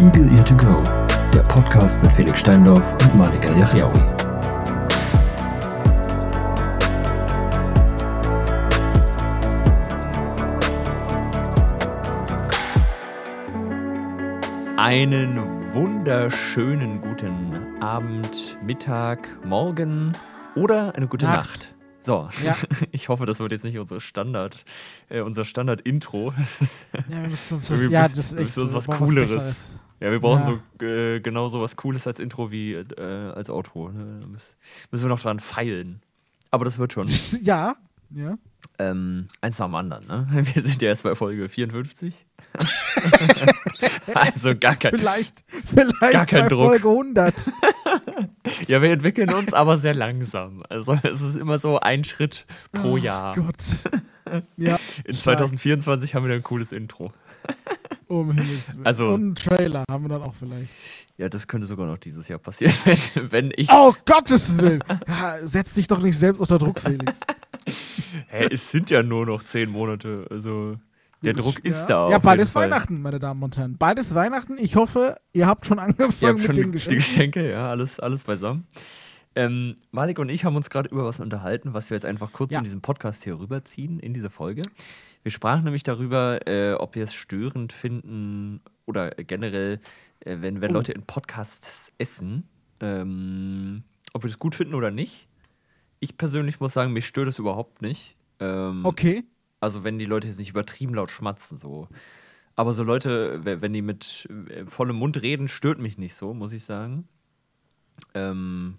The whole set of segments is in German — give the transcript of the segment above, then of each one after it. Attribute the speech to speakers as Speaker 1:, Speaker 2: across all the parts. Speaker 1: Eagle Ear to Go, der Podcast mit Felix Steindorf und Malika Yachiaoui.
Speaker 2: Einen wunderschönen guten Abend, Mittag, Morgen oder eine gute
Speaker 3: Nacht.
Speaker 2: Nacht. So,
Speaker 3: Ja.
Speaker 2: ich hoffe, das wird jetzt nicht unsere Standard, äh, unser Standard-Intro.
Speaker 3: Ja, wir müssen uns was,
Speaker 2: Irgendwie
Speaker 3: ja,
Speaker 2: müssen-
Speaker 3: das ist
Speaker 2: wir
Speaker 3: echt
Speaker 2: müssen uns
Speaker 3: so, wir
Speaker 2: was
Speaker 3: brauchen
Speaker 2: Cooleres.
Speaker 3: Besseres.
Speaker 2: ja, wir brauchen
Speaker 3: Ja.
Speaker 2: so äh, genau sowas Cooles als Intro wie äh, als Outro. Ne? Da müß- Müssen wir noch dran feilen. Aber das wird schon.
Speaker 3: ja, ja.
Speaker 2: ähm, eins nach dem anderen. Ne? Wir sind ja erst bei Folge 54. also gar kein.
Speaker 3: Vielleicht, vielleicht
Speaker 2: Gar kein
Speaker 3: bei
Speaker 2: Druck.
Speaker 3: Folge 100.
Speaker 2: Ja, wir entwickeln uns aber sehr langsam. Also es ist immer so ein Schritt pro
Speaker 3: Ah,
Speaker 2: Jahr.
Speaker 3: Gott. Ja,
Speaker 2: In
Speaker 3: stark.
Speaker 2: 2024 haben wir dann ein cooles Intro.
Speaker 3: um Himmels Willen.
Speaker 2: Also-
Speaker 3: Und einen Trailer haben wir dann auch vielleicht.
Speaker 2: Ja, das könnte sogar noch dieses Jahr passieren, wenn, wenn ich.
Speaker 3: Oh, Gottes Willen. Ja, setz dich doch nicht selbst unter Druck, Felix.
Speaker 2: Hä, es sind ja nur noch zehn Monate. Also der Druck ist
Speaker 3: ja.
Speaker 2: da.
Speaker 3: Ja,
Speaker 2: auf
Speaker 3: bald
Speaker 2: jeden
Speaker 3: ist
Speaker 2: Fall.
Speaker 3: Weihnachten, meine Damen und Herren. Bald ist Weihnachten. Ich hoffe, ihr habt schon
Speaker 2: Ihr
Speaker 3: angefangen
Speaker 2: habt
Speaker 3: mit
Speaker 2: schon
Speaker 3: den
Speaker 2: die
Speaker 3: Geschenken.
Speaker 2: Geschenke, ja, alles, alles beisammen. Ähm, Malik und ich haben uns gerade über was unterhalten, was wir jetzt einfach kurz
Speaker 3: Ja.
Speaker 2: in diesem Podcast hier rüberziehen, in diese Folge. Wir sprachen nämlich darüber, äh, ob wir es störend finden oder generell, äh, wenn, wenn
Speaker 3: Oh.
Speaker 2: Leute in Podcasts essen, ähm, ob wir das gut finden oder nicht. Ich persönlich muss sagen, mich stört es überhaupt nicht. Ähm,
Speaker 3: Okay.
Speaker 2: also wenn die Leute jetzt nicht übertrieben laut schmatzen, so. Aber so Leute, we- wenn die mit äh, vollem Mund reden, stört mich nicht so, muss ich sagen. Ähm,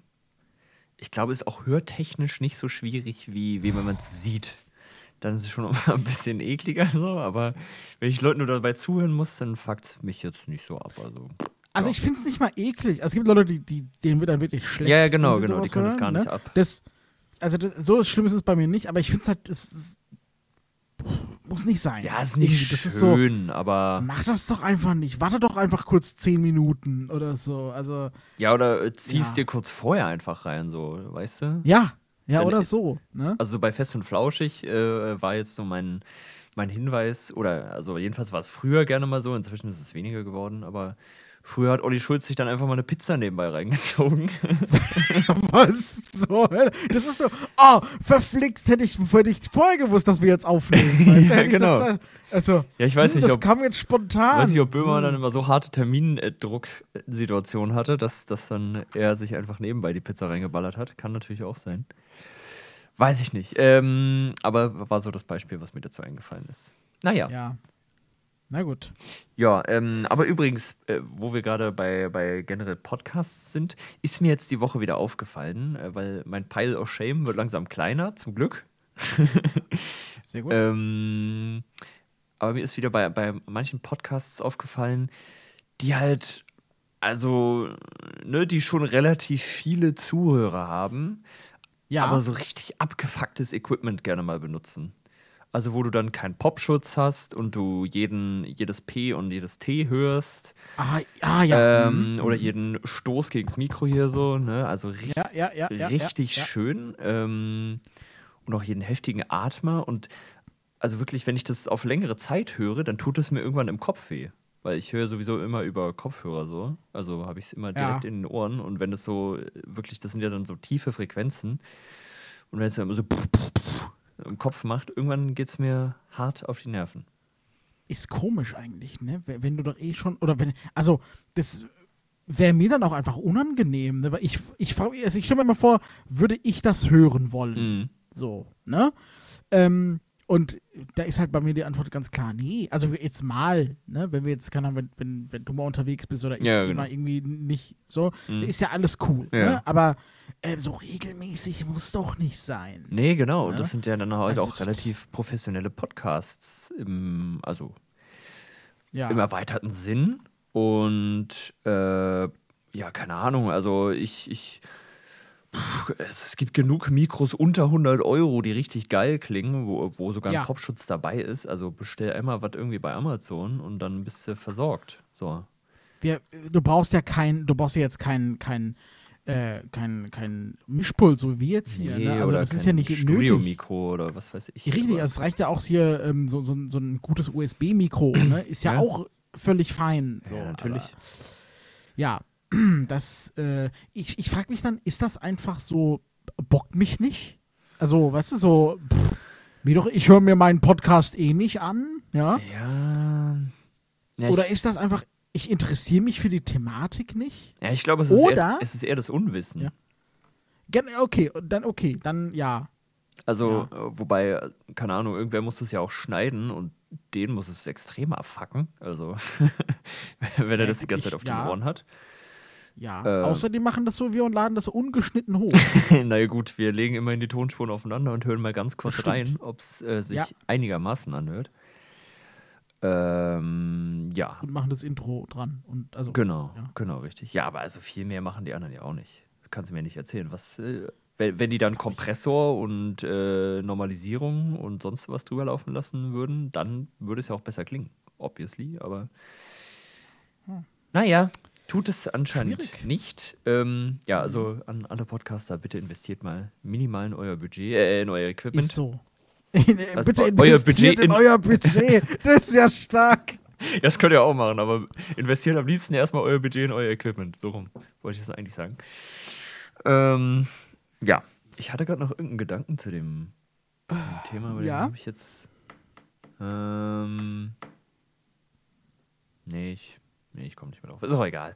Speaker 2: ich glaube, ist auch hörtechnisch nicht so schwierig, wie, wie wenn man es sieht. Dann ist es schon immer ein bisschen ekliger so, aber wenn ich Leuten nur dabei zuhören muss, dann fuckt mich jetzt nicht so ab. Also,
Speaker 3: Also
Speaker 2: ja.
Speaker 3: ich finde es nicht mal eklig. Also es gibt Leute, die, die, denen wird dann wirklich schlecht.
Speaker 2: Ja, ja, genau,
Speaker 3: wenn sie
Speaker 2: genau,
Speaker 3: sowas ne?
Speaker 2: die können das gar nicht ab.
Speaker 3: Das, also das, so schlimm ist es bei mir nicht, aber ich finde es halt, es, es muss nicht sein.
Speaker 2: ja, ist nicht
Speaker 3: Irgendwie,
Speaker 2: schön,
Speaker 3: das ist so,
Speaker 2: aber
Speaker 3: mach das doch einfach nicht. Warte doch einfach kurz zehn Minuten oder so. Also
Speaker 2: ja, oder äh, ziehst
Speaker 3: Ja.
Speaker 2: dir kurz vorher einfach rein, so, weißt du?
Speaker 3: ja, ja
Speaker 2: Dann-
Speaker 3: oder so. Ne?
Speaker 2: Also bei Fest und Flauschig äh, war jetzt so mein, mein Hinweis, oder also jedenfalls war es früher gerne mal so, inzwischen ist es weniger geworden, aber früher hat Olli Schulz sich dann einfach mal eine Pizza nebenbei reingezogen.
Speaker 3: Was zur Hölle? Das ist so, oh, verflixt hätte ich, hätte ich vorher gewusst, dass wir jetzt aufnehmen.
Speaker 2: Ja,
Speaker 3: weißt du, hätte ich
Speaker 2: genau.
Speaker 3: Das, also,
Speaker 2: Ja, ich weiß
Speaker 3: hm,
Speaker 2: nicht,
Speaker 3: das
Speaker 2: ob-
Speaker 3: kam jetzt
Speaker 2: Ich
Speaker 3: spontan.
Speaker 2: weiß nicht, ob Böhmer dann immer so harte Termindrucksituationen hatte, dass, dass dann er sich einfach nebenbei die Pizza reingeballert hat. Kann natürlich auch sein. Weiß ich nicht. Ähm, aber war so das Beispiel, was mir dazu eingefallen ist. Naja.
Speaker 3: ja. Na gut.
Speaker 2: Ja, ähm, aber übrigens, äh, wo wir gerade bei, bei generell Podcasts sind, ist mir jetzt die Woche wieder aufgefallen, äh, weil mein Pile of Shame wird langsam kleiner, zum Glück.
Speaker 3: Sehr
Speaker 2: Äh,
Speaker 3: gut.
Speaker 2: Ähm, aber mir ist wieder bei, bei manchen Podcasts aufgefallen, die halt, also, ne, die schon relativ viele Zuhörer haben,
Speaker 3: ja.
Speaker 2: aber so richtig abgefucktes Equipment gerne mal benutzen. Also wo du dann keinen Popschutz hast und du jeden, jedes P und jedes T hörst.
Speaker 3: Ah, ah ja.
Speaker 2: ähm,
Speaker 3: mhm.
Speaker 2: Oder jeden Stoß gegens Mikro hier so. Ne? Also ri
Speaker 3: ja, ja, ja, ja,
Speaker 2: richtig
Speaker 3: ja, ja.
Speaker 2: schön. Ähm, und auch jeden heftigen Atmer. Und also wirklich, wenn ich das auf längere Zeit höre, dann tut es mir irgendwann im Kopf weh. Weil ich höre sowieso immer über Kopfhörer so. Also habe ich es immer
Speaker 3: Ja.
Speaker 2: direkt in den Ohren. Und wenn das so äh, wirklich, das sind ja dann so tiefe Frequenzen. Und wenn es dann immer so im Kopf macht, irgendwann geht es mir hart auf die Nerven.
Speaker 3: Ist komisch eigentlich, ne? Wenn wenn du doch eh schon, oder wenn, also, das wäre mir dann auch einfach unangenehm, ne? Weil ich, ich, frag- also ich stelle mir mal vor, würde ich das hören wollen?
Speaker 2: Mhm.
Speaker 3: So, ne? Ähm, und da ist halt bei mir die Antwort ganz klar, nee. Also jetzt mal, ne? Wenn wir jetzt, keine Ahnung, wenn, wenn, wenn du mal unterwegs bist oder ich
Speaker 2: Ja, genau.
Speaker 3: immer irgendwie nicht so,
Speaker 2: Mhm.
Speaker 3: ist ja alles cool,
Speaker 2: Ja.
Speaker 3: ne? Aber äh, so regelmäßig muss doch nicht sein.
Speaker 2: Nee, genau. Und
Speaker 3: Ne?
Speaker 2: das sind ja dann halt
Speaker 3: Also
Speaker 2: auch
Speaker 3: das-
Speaker 2: relativ professionelle Podcasts im, also
Speaker 3: Ja.
Speaker 2: im erweiterten Sinn. Und äh, ja, keine Ahnung. Also ich, ich puh, es, es gibt genug Mikros unter 100 Euro, die richtig geil klingen, wo, wo sogar ein
Speaker 3: Ja.
Speaker 2: Popschutz dabei ist. Also bestell einmal was irgendwie bei Amazon und dann bist du versorgt. So.
Speaker 3: wir, du brauchst ja kein, du brauchst ja jetzt keinen kein, äh, kein, kein Mischpult, so wie jetzt hier.
Speaker 2: Nee,
Speaker 3: ne? Also
Speaker 2: oder
Speaker 3: das ist
Speaker 2: kein
Speaker 3: ja nicht nötig.
Speaker 2: Studio-Mikro oder was weiß ich.
Speaker 3: Richtig,
Speaker 2: Aber-
Speaker 3: also es reicht ja auch hier ähm, so, so, so ein gutes USB-Mikro, ne? Ist ja,
Speaker 2: Ja.
Speaker 3: auch völlig fein. So,
Speaker 2: ja, natürlich.
Speaker 3: Aber, ja, das, äh, ich, ich frage mich dann, ist das einfach so, bockt mich nicht? Also, weißt du, so, pff, mir doch, ich höre mir meinen Podcast eh nicht an, ja?
Speaker 2: Ja. ja
Speaker 3: Oder
Speaker 2: ich,
Speaker 3: ist das einfach, ich interessiere mich für die Thematik nicht?
Speaker 2: ja, ich glaube, es, ist eher-
Speaker 3: Oder-
Speaker 2: es ist eher das Unwissen.
Speaker 3: Ja. Gen okay, dann okay, dann ja.
Speaker 2: Also, äh, wobei, äh, keine Ahnung, irgendwer muss das ja auch schneiden und den muss es extrem abfacken. Also, wenn er
Speaker 3: Ja,
Speaker 2: das die
Speaker 3: gut,
Speaker 2: ganze
Speaker 3: ich-
Speaker 2: Zeit auf den
Speaker 3: ja.
Speaker 2: Ohren hat. Äh.
Speaker 3: Ja, außer die machen das so wir und laden das ungeschnitten hoch.
Speaker 2: Na ja, gut, wir legen immerhin die Tonspuren aufeinander und hören mal ganz kurz
Speaker 3: Stimmt.
Speaker 2: rein, ob es äh, sich
Speaker 3: Ja.
Speaker 2: einigermaßen anhört. Ähm, ja,
Speaker 3: und machen das Intro dran. Und also,
Speaker 2: genau,
Speaker 3: ja.
Speaker 2: genau, richtig. Ja, aber also viel mehr machen die anderen ja auch nicht. Kannst du mir nicht erzählen, was, äh, wenn, wenn die dann
Speaker 3: glaub ich, das-
Speaker 2: Kompressor und äh, Normalisierung und sonst was drüber laufen lassen würden, dann würde es ja auch besser klingen, obviously, aber naja, tut es anscheinend
Speaker 3: Hm. Schwierig. Hm.
Speaker 2: nicht. Ähm, ja, also an alle Podcaster, bitte investiert mal minimal in euer Budget, äh, in euer Equipment.
Speaker 3: Ist so. Bitte
Speaker 2: eu- euer
Speaker 3: investiert
Speaker 2: Budget in-
Speaker 3: in euer Budget. Das ist ja stark.
Speaker 2: Ja, Das könnt ihr auch machen, aber investiert am liebsten erstmal euer Budget in euer Equipment. So rum wollte ich das eigentlich sagen. Ähm, ja, ich hatte gerade noch irgendeinen Gedanken zu dem, zu dem Thema, aber
Speaker 3: Ja?
Speaker 2: den habe ich jetzt. Ähm, nee, ich, nee, ich komme nicht mehr drauf. Ist auch egal.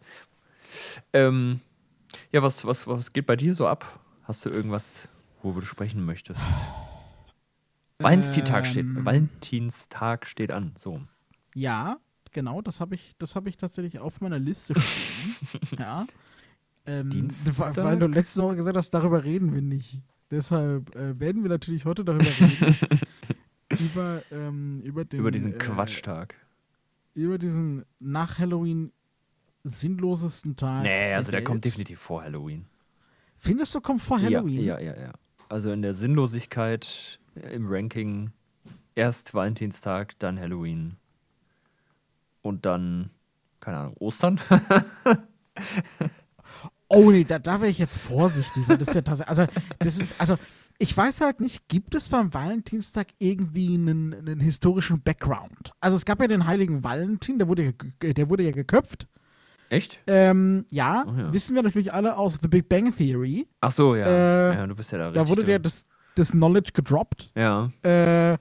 Speaker 2: Ähm, ja, was, was, was geht bei dir so ab? Hast du irgendwas, worüber du sprechen möchtest? Valentinstag steht,
Speaker 3: Ähm.
Speaker 2: Valentinstag steht an. So.
Speaker 3: Ja, genau, das habe ich, das habe ich tatsächlich auf meiner Liste stehen. ja. Ähm,
Speaker 2: Dienstag?
Speaker 3: Weil du letzte Woche gesagt hast, darüber reden wir nicht. Deshalb äh, werden wir natürlich heute darüber reden. über, ähm, über, den,
Speaker 2: Über diesen
Speaker 3: äh,
Speaker 2: Quatschtag.
Speaker 3: Über diesen nach Halloween sinnlosesten Tag.
Speaker 2: Nee, also der kommt
Speaker 3: Welt.
Speaker 2: definitiv vor Halloween.
Speaker 3: Findest du, kommt vor Oh, Halloween?
Speaker 2: Ja, ja, ja, ja. Also in der Sinnlosigkeit äh, im Ranking erst Valentinstag, dann Halloween und dann, keine Ahnung, Ostern.
Speaker 3: Oh nee, da, da wäre ich jetzt vorsichtig. weil Das ist ja tatsächlich, also, das ist, also, ich weiß halt nicht, gibt es beim Valentinstag irgendwie einen, einen historischen Background? Also es gab ja den heiligen Valentin, der wurde ja, ge- der wurde ja geköpft.
Speaker 2: Echt?
Speaker 3: Ähm, ja,
Speaker 2: Oh ja.
Speaker 3: wissen wir natürlich alle aus The Big Bang Theory.
Speaker 2: Ach so, ja.
Speaker 3: Äh,
Speaker 2: ja du bist ja da richtig.
Speaker 3: Da wurde
Speaker 2: drin.
Speaker 3: der das, das Knowledge gedroppt.
Speaker 2: ja,
Speaker 3: Äh,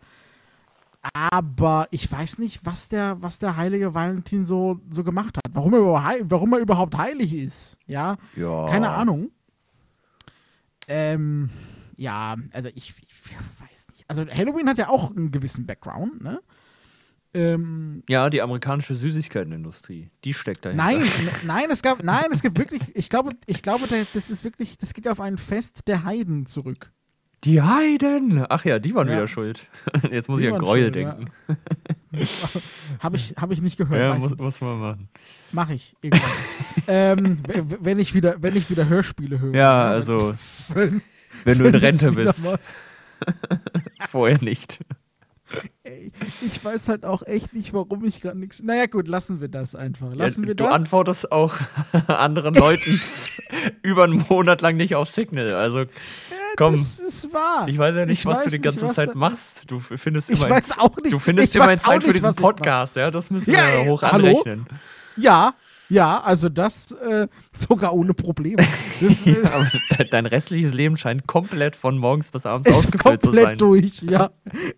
Speaker 3: aber ich weiß nicht, was der, was der heilige Valentin so, so gemacht hat. Warum er, überhaupt hei- warum er überhaupt heilig ist. Ja.
Speaker 2: ja.
Speaker 3: Keine Ahnung. Ähm, ja, also ich, ich weiß nicht. Also Halloween hat ja auch einen gewissen Background, ne? Ähm,
Speaker 2: Ja, die amerikanische Süßigkeitenindustrie, die steckt dahinter.
Speaker 3: nein, n- nein, es gab, nein, es gibt wirklich, ich glaube, ich glaube, da- das ist wirklich, das geht auf ein Fest der Heiden zurück.
Speaker 2: Die Heiden! Ach ja, die waren
Speaker 3: Ja.
Speaker 2: wieder schuld. Jetzt muss
Speaker 3: Die
Speaker 2: ich an
Speaker 3: waren
Speaker 2: Gräuel
Speaker 3: schuld, ja.
Speaker 2: denken.
Speaker 3: Habe ich, hab ich nicht
Speaker 2: Ja,
Speaker 3: gehört. weiß
Speaker 2: muss,
Speaker 3: ich,
Speaker 2: muss man machen.
Speaker 3: mache ich irgendwann. ähm, w- w- wenn ich wieder, wenn ich wieder Hörspiele höre.
Speaker 2: Ja,
Speaker 3: wenn-
Speaker 2: also,
Speaker 3: wenn-
Speaker 2: wenn du in
Speaker 3: wenn es
Speaker 2: Rente
Speaker 3: wieder
Speaker 2: bist,
Speaker 3: mal-
Speaker 2: vorher nicht.
Speaker 3: Ey, ich weiß halt auch echt nicht, warum ich gerade nichts. Naja, gut, lassen wir das einfach.
Speaker 2: Ja,
Speaker 3: Lassen wir
Speaker 2: du
Speaker 3: das.
Speaker 2: antwortest auch anderen Leuten über einen Monat lang nicht auf Signal. Also komm,
Speaker 3: Das ist wahr.
Speaker 2: ich weiß ja nicht,
Speaker 3: Ich
Speaker 2: was du
Speaker 3: weiß
Speaker 2: die
Speaker 3: nicht,
Speaker 2: ganze
Speaker 3: was
Speaker 2: Zeit
Speaker 3: da-
Speaker 2: machst. Du f- findest
Speaker 3: Ich
Speaker 2: immer
Speaker 3: weiß
Speaker 2: ins-
Speaker 3: auch nicht-
Speaker 2: Du findest
Speaker 3: ich
Speaker 2: immer
Speaker 3: weiß
Speaker 2: ins Zeit
Speaker 3: auch
Speaker 2: für
Speaker 3: nicht,
Speaker 2: diesen
Speaker 3: was ich mach.
Speaker 2: Podcast, ja, das müssen wir
Speaker 3: Ja, ey,
Speaker 2: hoch
Speaker 3: hallo?
Speaker 2: anrechnen.
Speaker 3: Ja, ja, also das äh, sogar ohne Probleme. Das ist,
Speaker 2: Aber de- dein restliches Leben scheint komplett von morgens bis abends
Speaker 3: ist
Speaker 2: ausgefüllt zu sein.
Speaker 3: komplett durch, ja.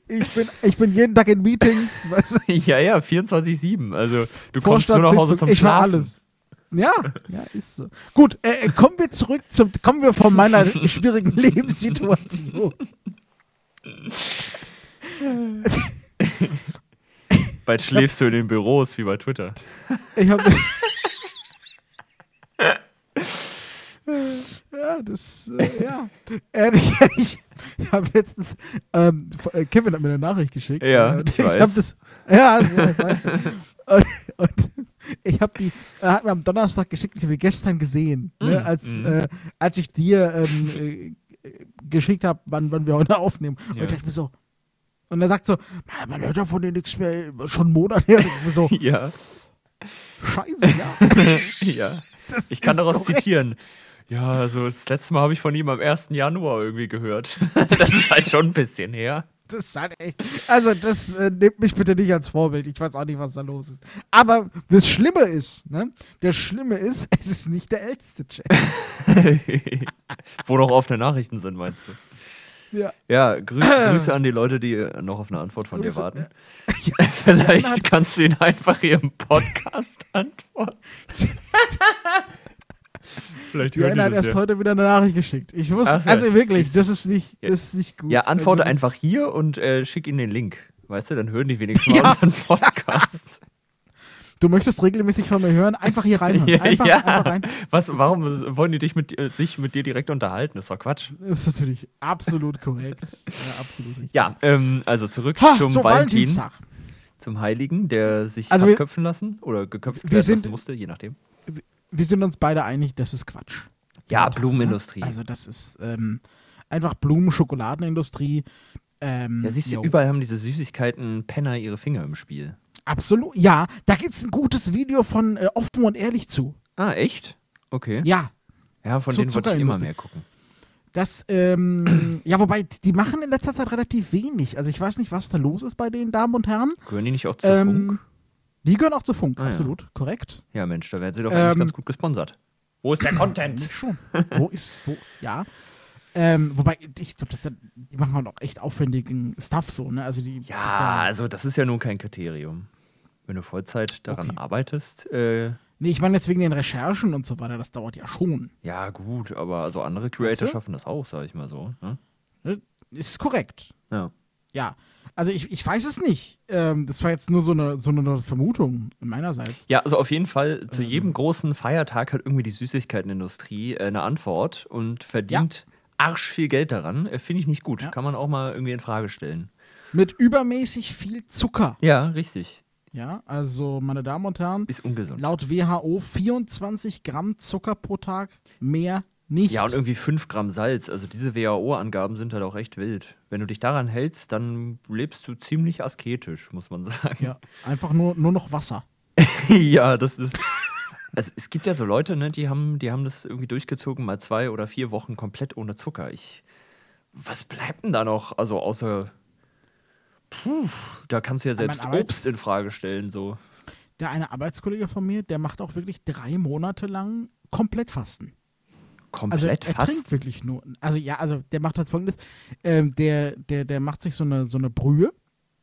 Speaker 3: Ich bin, ich bin jeden Tag in Meetings, weißt du,
Speaker 2: Ja, ja, 24-7. Also du kommst nur nach Hause zum
Speaker 3: Vorstandssitzung, ich war
Speaker 2: Schlafen.
Speaker 3: alles. Ja, ja, ist so. Gut, äh, äh, kommen wir zurück zum, kommen wir von meiner schwierigen Lebenssituation.
Speaker 2: Bald schläfst du in den Büros wie bei Twitter.
Speaker 3: Ich habe. ja, das. Äh, ja. Äh, ich ich habe letztens. Ähm, äh, Kevin hat mir eine Nachricht geschickt.
Speaker 2: Ja,
Speaker 3: Äh,
Speaker 2: ich
Speaker 3: hab
Speaker 2: weiß.
Speaker 3: das. Ja, also, ich weiß. Und, und ich habe die. Er hat mir am Donnerstag geschickt. Ich habe die gestern gesehen, ne,
Speaker 2: Mm,
Speaker 3: als,
Speaker 2: mm.
Speaker 3: Äh, als ich dir ähm, äh, geschickt habe, wann, wann wir heute aufnehmen. Und
Speaker 2: Ja.
Speaker 3: ich dachte mir so. Und er sagt so, man, man hört ja von dir nichts mehr, schon einen Monat her. Und ich mir so,
Speaker 2: Ja,
Speaker 3: scheiße, ja.
Speaker 2: ja.
Speaker 3: Das
Speaker 2: Ich kann
Speaker 3: ist
Speaker 2: daraus
Speaker 3: korrekt.
Speaker 2: zitieren. Ja, also das letzte Mal habe ich von ihm am 1. Januar irgendwie gehört. Das ist halt schon ein bisschen her.
Speaker 3: Das ist halt echt, also das äh, nehmt mich bitte nicht als Vorbild. Ich weiß auch nicht, was da los ist. Aber das Schlimme ist, ne? Das Schlimme ist, es ist nicht der älteste Jack.
Speaker 2: Wo noch offene Nachrichten sind, meinst du?
Speaker 3: Ja.
Speaker 2: Ja, grü Grüße an die Leute, die äh, noch auf eine Antwort von
Speaker 3: Grüße.
Speaker 2: dir warten. Vielleicht kannst du ihn einfach hier im Podcast antworten. Vielleicht
Speaker 3: Die
Speaker 2: hören
Speaker 3: eine hat
Speaker 2: die das
Speaker 3: erst
Speaker 2: ja.
Speaker 3: heute wieder eine Nachricht geschickt. Ich muss,
Speaker 2: Ach so.
Speaker 3: also wirklich, das ist nicht, das ist nicht gut.
Speaker 2: Ja, antworte
Speaker 3: also das-
Speaker 2: einfach hier und äh, schick ihnen den Link. Weißt du, dann hören die wenigstens mal unseren Podcast.
Speaker 3: Du möchtest regelmäßig von mir hören, einfach hier reinhören. Hm, Einfach, einfach rein.
Speaker 2: Was, warum wollen die dich mit, äh, sich mit dir direkt unterhalten? Ist doch Quatsch.
Speaker 3: Das ist natürlich absolut korrekt. Ja, absolut richtig.
Speaker 2: Ja, ähm, also zurück
Speaker 3: Ha,
Speaker 2: zum
Speaker 3: so
Speaker 2: Valentin,
Speaker 3: Valentinstag.
Speaker 2: zum Heiligen, der sich
Speaker 3: Also
Speaker 2: also
Speaker 3: wir-
Speaker 2: abköpfen lassen oder geköpft
Speaker 3: Wir
Speaker 2: werden
Speaker 3: sind-
Speaker 2: lassen musste, je nachdem.
Speaker 3: Wir sind uns beide einig, das ist Quatsch.
Speaker 2: Ja,
Speaker 3: Total,
Speaker 2: Blumenindustrie.
Speaker 3: Ne? Also das ist ähm, einfach Blumen, Schokoladenindustrie. Ähm,
Speaker 2: ja, siehst du,
Speaker 3: yo.
Speaker 2: überall haben diese Süßigkeiten-Penner ihre Finger im Spiel.
Speaker 3: Absolut. Ja, da gibt es ein gutes Video von äh, Offen und Ehrlich zu.
Speaker 2: Ah, echt? Okay.
Speaker 3: Ja,
Speaker 2: Ja, von
Speaker 3: Zur
Speaker 2: denen wollte ich immer
Speaker 3: Zuckerindustrie.
Speaker 2: mehr gucken.
Speaker 3: Das, ähm, ja, wobei, die machen in letzter Zeit relativ wenig. Also ich weiß nicht, was da los ist bei den Damen und Herren.
Speaker 2: Gehören die nicht auch zu
Speaker 3: Ähm,
Speaker 2: Funk?
Speaker 3: Die gehören auch zu Funk,
Speaker 2: Ah, ja.
Speaker 3: absolut, korrekt.
Speaker 2: Ja, Mensch, da werden sie doch
Speaker 3: ähm,
Speaker 2: eigentlich ganz gut gesponsert. Wo ist der Content?
Speaker 3: Eigentlich schon. wo ist, wo, ja. Ähm, wobei, ich glaube, das ist ja- die machen halt auch echt aufwendigen Stuff so, ne? Also die ist
Speaker 2: Ja, also das ist ja nun kein Kriterium. Wenn du Vollzeit daran
Speaker 3: Okay.
Speaker 2: arbeitest, äh,
Speaker 3: Nee, ich meine jetzt wegen den Recherchen und so weiter, das dauert ja schon.
Speaker 2: ja gut, aber also andere Creator
Speaker 3: Weißt du?
Speaker 2: schaffen das auch, sag ich mal so. Ne?
Speaker 3: Ne? Ist korrekt.
Speaker 2: Ja.
Speaker 3: Ja. Also ich, ich weiß es nicht. Ähm, das war jetzt nur so eine, so eine Vermutung meinerseits.
Speaker 2: Ja, also auf jeden Fall,
Speaker 3: Ähm.
Speaker 2: zu jedem großen Feiertag hat irgendwie die Süßigkeitenindustrie äh, eine Antwort und verdient arsch viel Geld daran. Äh, Finde ich nicht gut.
Speaker 3: Ja.
Speaker 2: Kann man auch mal irgendwie in Frage stellen.
Speaker 3: Mit übermäßig viel Zucker.
Speaker 2: Ja, richtig.
Speaker 3: Ja, also meine Damen und Herren,
Speaker 2: Ist ungesund.
Speaker 3: laut WHO 24 Gramm Zucker pro Tag, mehr nicht.
Speaker 2: ja, und irgendwie 5 Gramm Salz. Also diese WHO-Angaben sind halt auch echt wild. Wenn du dich daran hältst, dann lebst du ziemlich asketisch, muss man sagen.
Speaker 3: ja, einfach nur, nur noch Wasser.
Speaker 2: Ja, das ist. Also es gibt ja so Leute, ne, die haben, die haben das irgendwie durchgezogen, mal zwei oder vier Wochen komplett ohne Zucker. Ich. Was bleibt denn da noch? Also außer. Puh, da kannst du ja
Speaker 3: mein
Speaker 2: selbst
Speaker 3: Arbeits-
Speaker 2: Obst in Frage stellen, so.
Speaker 3: Also, Der eine Arbeitskollege von mir, der macht auch wirklich drei Monate lang komplett Fasten. Also
Speaker 2: Komplett
Speaker 3: er
Speaker 2: fast.
Speaker 3: trinkt wirklich nur. Also ja, also der macht halt folgendes, ähm, der, der, der macht sich so eine, so eine Brühe,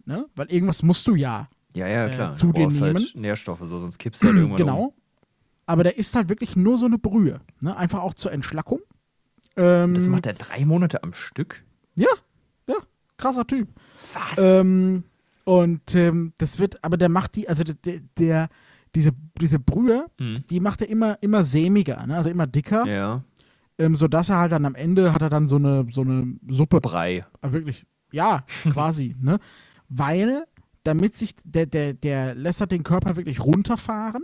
Speaker 3: ne? weil irgendwas musst du ja.
Speaker 2: Ja, ja,
Speaker 3: äh,
Speaker 2: klar.
Speaker 3: zu
Speaker 2: Du
Speaker 3: dir
Speaker 2: brauchst Halt
Speaker 3: nehmen.
Speaker 2: Nährstoffe, so, sonst kippst du halt irgendwann. Um.
Speaker 3: Genau. Aber der isst halt wirklich nur so eine Brühe. Ne? Einfach auch zur Entschlackung. Ähm,
Speaker 2: Das macht er drei Monate am Stück.
Speaker 3: ja, ja, krasser Typ.
Speaker 2: Was?
Speaker 3: Ähm, und ähm, das wird, aber der macht die, also der, der, der diese, diese Brühe,
Speaker 2: Mhm.
Speaker 3: die macht er immer, immer sämiger, ne? also immer dicker,
Speaker 2: ja.
Speaker 3: ähm, sodass er halt dann am Ende hat er dann so eine, so eine Suppe.
Speaker 2: Brei.
Speaker 3: Ah, wirklich, ja, quasi, ne? Weil, damit sich, der, der, der lässt halt den Körper wirklich runterfahren,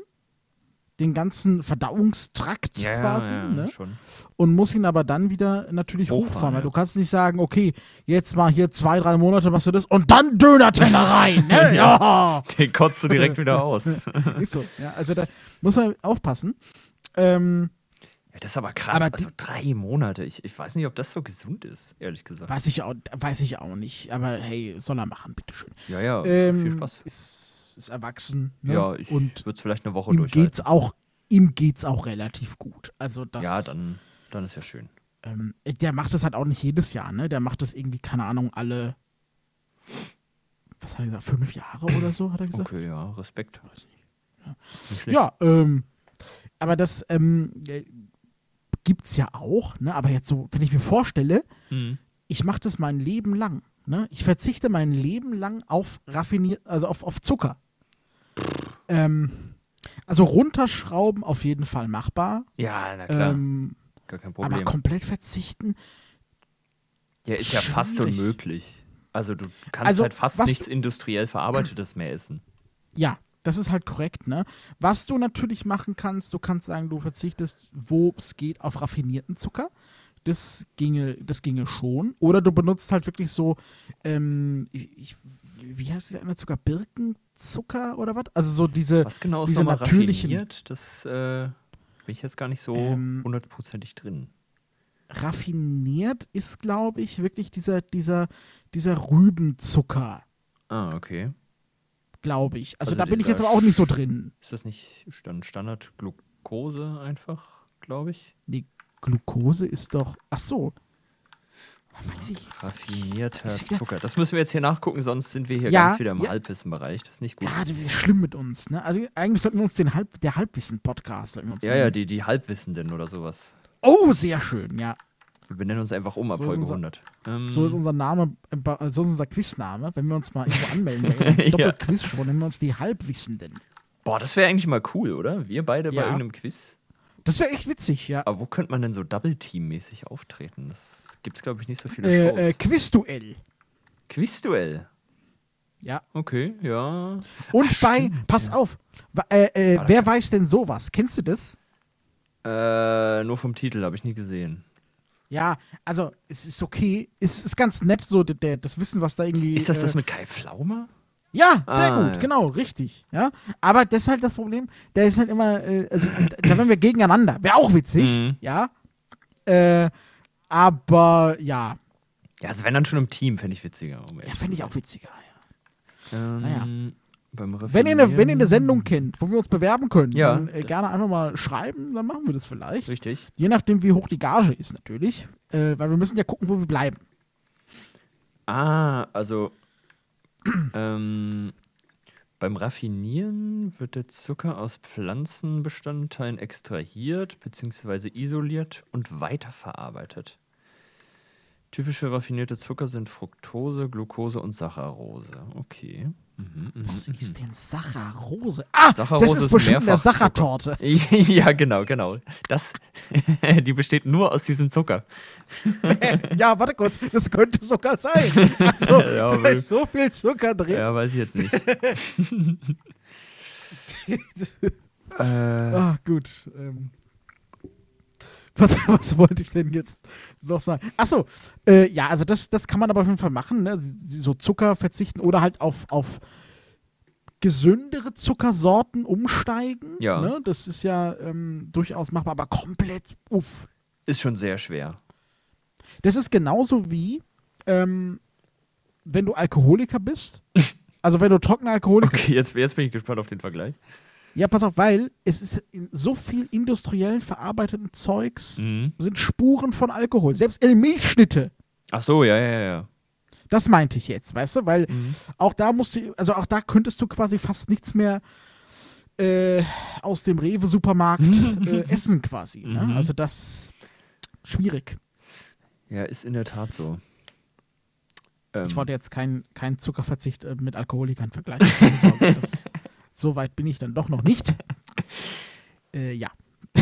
Speaker 3: den ganzen Verdauungstrakt
Speaker 2: Ja,
Speaker 3: quasi,
Speaker 2: ja, ja,
Speaker 3: ne?
Speaker 2: schon.
Speaker 3: und muss ihn aber dann wieder natürlich
Speaker 2: Hochfahren,
Speaker 3: hochfahren. weil
Speaker 2: ja.
Speaker 3: Du kannst nicht sagen, okay, jetzt mal hier zwei, drei Monate machst du das und dann Döner-Teller rein. Ne? ja.
Speaker 2: Den kotzt du direkt wieder aus. Ja,
Speaker 3: Ist so. Ja, also da muss man aufpassen. Ähm,
Speaker 2: das ist aber krass.
Speaker 3: Aber die-
Speaker 2: also drei Monate. Ich, ich weiß nicht, ob das so gesund ist, ehrlich gesagt.
Speaker 3: weiß, ich auch, weiß ich auch nicht. Aber hey, soll er machen, bitteschön.
Speaker 2: Ja, ja,
Speaker 3: Ähm,
Speaker 2: viel Spaß.
Speaker 3: Ist, ist erwachsen. Ne?
Speaker 2: Ja, ich
Speaker 3: und
Speaker 2: würde es vielleicht eine Woche
Speaker 3: ihm
Speaker 2: durchhalten.
Speaker 3: geht's auch, ihm geht's auch relativ gut. Also das,
Speaker 2: ja, dann, dann ist ja schön.
Speaker 3: ähm, der macht das halt auch nicht jedes Jahr, ne? Der macht das irgendwie, keine Ahnung, alle, was hat er gesagt, fünf Jahre oder so, hat er gesagt.
Speaker 2: Okay, ja, Respekt. Nicht schlecht.
Speaker 3: Ja, ähm, aber das ähm, äh, gibt's ja auch, ne? Aber jetzt so, wenn ich mir vorstelle,
Speaker 2: Mhm.
Speaker 3: ich mache das mein Leben lang, ne? Ich verzichte mein Leben lang auf raffiniert, also auf, auf Zucker. Ähm, also runterschrauben auf jeden Fall machbar.
Speaker 2: Ja, na klar,
Speaker 3: Ähm,
Speaker 2: gar kein
Speaker 3: aber
Speaker 2: Problem.
Speaker 3: komplett verzichten,
Speaker 2: ja, ist ja fast
Speaker 3: schwierig.
Speaker 2: unmöglich. Also du kannst
Speaker 3: Also,
Speaker 2: halt fast
Speaker 3: was-
Speaker 2: nichts industriell verarbeitetes mehr essen.
Speaker 3: Ja, das ist halt korrekt, ne? Was du natürlich machen kannst, du kannst sagen, du verzichtest, wo es geht, auf raffinierten Zucker. Das ginge, das ginge schon. Oder du benutzt halt wirklich so, ähm, ich, ich- wie heißt dieser andere Zucker? Birkenzucker oder was? Also so diese,
Speaker 2: Was genau ist
Speaker 3: diese
Speaker 2: nochmal
Speaker 3: natürlichen.
Speaker 2: raffiniert? Das äh, bin ich jetzt gar nicht so
Speaker 3: Ähm,
Speaker 2: hundertprozentig drin.
Speaker 3: raffiniert ist, glaube ich, wirklich dieser, dieser, dieser Rübenzucker,
Speaker 2: Ah, okay.
Speaker 3: glaube ich. Also,
Speaker 2: Also
Speaker 3: da bin ich
Speaker 2: dieser
Speaker 3: jetzt aber auch nicht so drin.
Speaker 2: Ist das nicht Stand Standard Glucose einfach, glaube ich?
Speaker 3: Die Glucose ist doch. Ach so. Weiß ich jetzt.
Speaker 2: Raffinierter
Speaker 3: Ist wieder-
Speaker 2: Zucker. Das müssen wir jetzt hier nachgucken, sonst sind wir hier
Speaker 3: Ja,
Speaker 2: ganz wieder im
Speaker 3: ja.
Speaker 2: Halbwissenbereich. Das ist nicht gut.
Speaker 3: Ja, das ist schlimm mit uns. Ne? Also eigentlich sollten wir uns den Halb, der Halbwissen-Podcast. sollten wir uns
Speaker 2: Ja,
Speaker 3: nennen.
Speaker 2: ja, die, die Halbwissenden oder sowas.
Speaker 3: Oh, sehr schön, ja.
Speaker 2: Wir benennen uns einfach um ab
Speaker 3: So ist
Speaker 2: Folge
Speaker 3: unser-
Speaker 2: 100. Ähm,
Speaker 3: So ist unser Name, äh, ba- äh, so ist unser Quizname. Wenn wir uns mal irgendwo anmelden, bei
Speaker 2: Ja.
Speaker 3: Doppelquiz schon, nennen wir uns die Halbwissenden.
Speaker 2: boah, das wäre eigentlich mal cool, oder? Wir beide
Speaker 3: Ja.
Speaker 2: bei irgendeinem Quiz.
Speaker 3: Das wäre echt witzig, ja.
Speaker 2: Aber wo könnte man denn so Double-Team-mäßig auftreten? Das gibt's, glaube ich, nicht so viele Shows.
Speaker 3: Äh, äh, Quizduell.
Speaker 2: Quizduell.
Speaker 3: Ja.
Speaker 2: Okay, ja.
Speaker 3: Und bei, pass auf, wa- äh, äh,
Speaker 2: da
Speaker 3: wer weiß denn sowas? Kennst du das?
Speaker 2: Äh, nur vom Titel habe ich nie gesehen.
Speaker 3: Ja, also es ist okay, es ist ganz nett so der, der, das Wissen, was da irgendwie.
Speaker 2: Ist das
Speaker 3: äh,
Speaker 2: das mit Kai Pflaume?
Speaker 3: Ja, sehr
Speaker 2: Ah,
Speaker 3: gut,
Speaker 2: ja.
Speaker 3: genau, richtig. Ja, aber das ist halt das Problem. Da ist halt immer, äh, also da wären wir gegeneinander. Wäre auch witzig,
Speaker 2: Mhm.
Speaker 3: ja. Äh, aber ja,
Speaker 2: Ja, also wenn dann schon im Team, fände ich witziger. um
Speaker 3: ja
Speaker 2: ehrlich
Speaker 3: fände ich auch witziger. Ja.
Speaker 2: Ähm,
Speaker 3: Naja.
Speaker 2: Beim
Speaker 3: Wenn, ihr eine,
Speaker 2: Reformieren-
Speaker 3: wenn ihr eine Sendung kennt, wo wir uns bewerben können,
Speaker 2: Mhm. Ja.
Speaker 3: dann äh, gerne einfach mal schreiben, dann machen wir das vielleicht.
Speaker 2: Richtig.
Speaker 3: Je nachdem, wie hoch die Gage ist, natürlich. Äh, weil wir müssen ja gucken, wo wir bleiben.
Speaker 2: Ah, also ähm, beim Raffinieren wird der Zucker aus Pflanzenbestandteilen extrahiert bzw. isoliert und weiterverarbeitet. Typische raffinierte Zucker sind Fructose, Glucose und Saccharose. Okay.
Speaker 3: Was ist denn Saccharose? Ah,
Speaker 2: Saccharose
Speaker 3: das ist
Speaker 2: Mhm. ist
Speaker 3: bestimmt eine
Speaker 2: mehrfach Zucker.
Speaker 3: Sachertorte.
Speaker 2: ja, genau, genau. Das, die besteht nur aus diesem Zucker.
Speaker 3: ja, warte kurz, das könnte sogar sein. Also,
Speaker 2: Ja,
Speaker 3: da
Speaker 2: aber-
Speaker 3: ist so viel Zucker drin.
Speaker 2: Ja, weiß ich jetzt nicht. äh,
Speaker 3: Ah, gut. Ähm. Was, was wollte ich denn jetzt noch sagen? Achso, äh, ja, also das, das kann man aber auf jeden Fall machen, ne? so Zucker verzichten oder halt auf, auf gesündere Zuckersorten umsteigen.
Speaker 2: Ja.
Speaker 3: Ne? Das ist ja ähm, durchaus machbar, aber komplett, uff,
Speaker 2: ist schon sehr schwer.
Speaker 3: Das ist genauso wie, ähm, wenn du Alkoholiker bist. Also wenn du trockener Alkoholiker
Speaker 2: Okay,
Speaker 3: bist.
Speaker 2: jetzt, jetzt bin ich gespannt auf den Vergleich.
Speaker 3: Ja, pass auf, weil es ist in so viel industriell verarbeiteten Zeugs
Speaker 2: Mhm.
Speaker 3: sind Spuren von Alkohol. Selbst in Milchschnitte.
Speaker 2: Ach so, ja, ja, ja.
Speaker 3: Das meinte ich jetzt, weißt du? Weil
Speaker 2: Mhm.
Speaker 3: auch da musst du, also auch da könntest du quasi fast nichts mehr äh, aus dem Rewe-Supermarkt äh, essen quasi. Ne?
Speaker 2: Mhm.
Speaker 3: Also das schwierig.
Speaker 2: Ja, ist in der Tat so. Ähm,
Speaker 3: Ich wollte jetzt keinen keinen Zuckerverzicht äh, mit Alkoholikern vergleichen. Keine Sorge, das, so weit bin ich dann doch noch nicht. Äh, ja.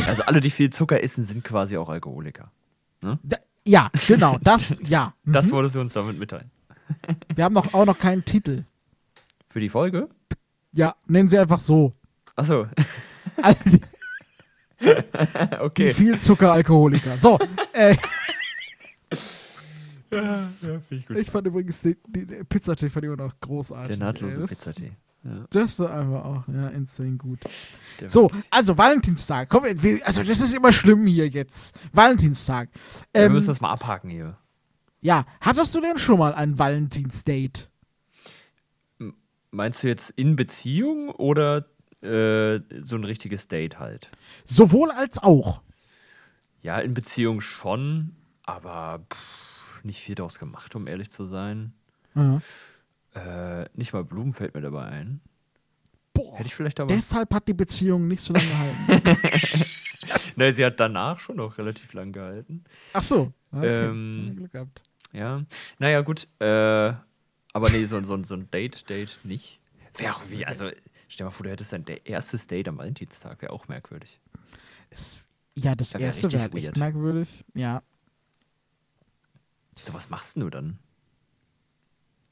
Speaker 2: also alle, die viel Zucker essen, sind quasi auch Alkoholiker.
Speaker 3: Da, ja, genau, das, ja. Mhm.
Speaker 2: Das wolltest du uns damit mitteilen.
Speaker 3: Wir haben noch, auch noch keinen Titel.
Speaker 2: Für die Folge?
Speaker 3: Ja, nennen sie einfach so.
Speaker 2: Achso,
Speaker 3: All die, die
Speaker 2: okay.
Speaker 3: viel Zuckeralkoholiker. So, äh,
Speaker 2: Ja, finde ich
Speaker 3: ich fand übrigens den, den den Pizzatee fand ich immer noch großartig.
Speaker 2: Der
Speaker 3: ey.
Speaker 2: nahtlose
Speaker 3: das,
Speaker 2: Pizzatee.
Speaker 3: Das war einfach auch, ja, insane gut.
Speaker 2: Der
Speaker 3: So, also Valentinstag. Komm, wir- also das ist immer schlimm hier jetzt. Valentinstag.
Speaker 2: Wir
Speaker 3: Ähm,
Speaker 2: müssen das mal abhaken hier.
Speaker 3: Ja, hattest du denn schon mal ein Valentinsdate?
Speaker 2: Meinst du jetzt in Beziehung oder äh, so ein richtiges Date halt?
Speaker 3: Sowohl als auch.
Speaker 2: Ja, in Beziehung schon, aber pff, nicht viel draus gemacht, um ehrlich zu sein.
Speaker 3: Ja.
Speaker 2: Äh, nicht mal Blumen fällt mir dabei ein.
Speaker 3: Boah,
Speaker 2: Hätte ich vielleicht aber.
Speaker 3: deshalb hat die Beziehung nicht so lange gehalten.
Speaker 2: Nein, sie hat danach schon noch relativ lang gehalten.
Speaker 3: Ach so. Ah, Okay.
Speaker 2: Ähm,
Speaker 3: Ja, Glück gehabt.
Speaker 2: Ja. Naja, gut. Äh, aber nee, so, ein- so, ein- so ein Date, Date nicht. Wäre auch wie, also stell mal vor, du hättest dein da- erstes Date am Valentinstag, wäre auch merkwürdig.
Speaker 3: Es, ja, das
Speaker 2: Das wär
Speaker 3: erste
Speaker 2: richtig
Speaker 3: wäre halt echt
Speaker 2: weird.
Speaker 3: merkwürdig. Ja.
Speaker 2: So, was machst denn du dann?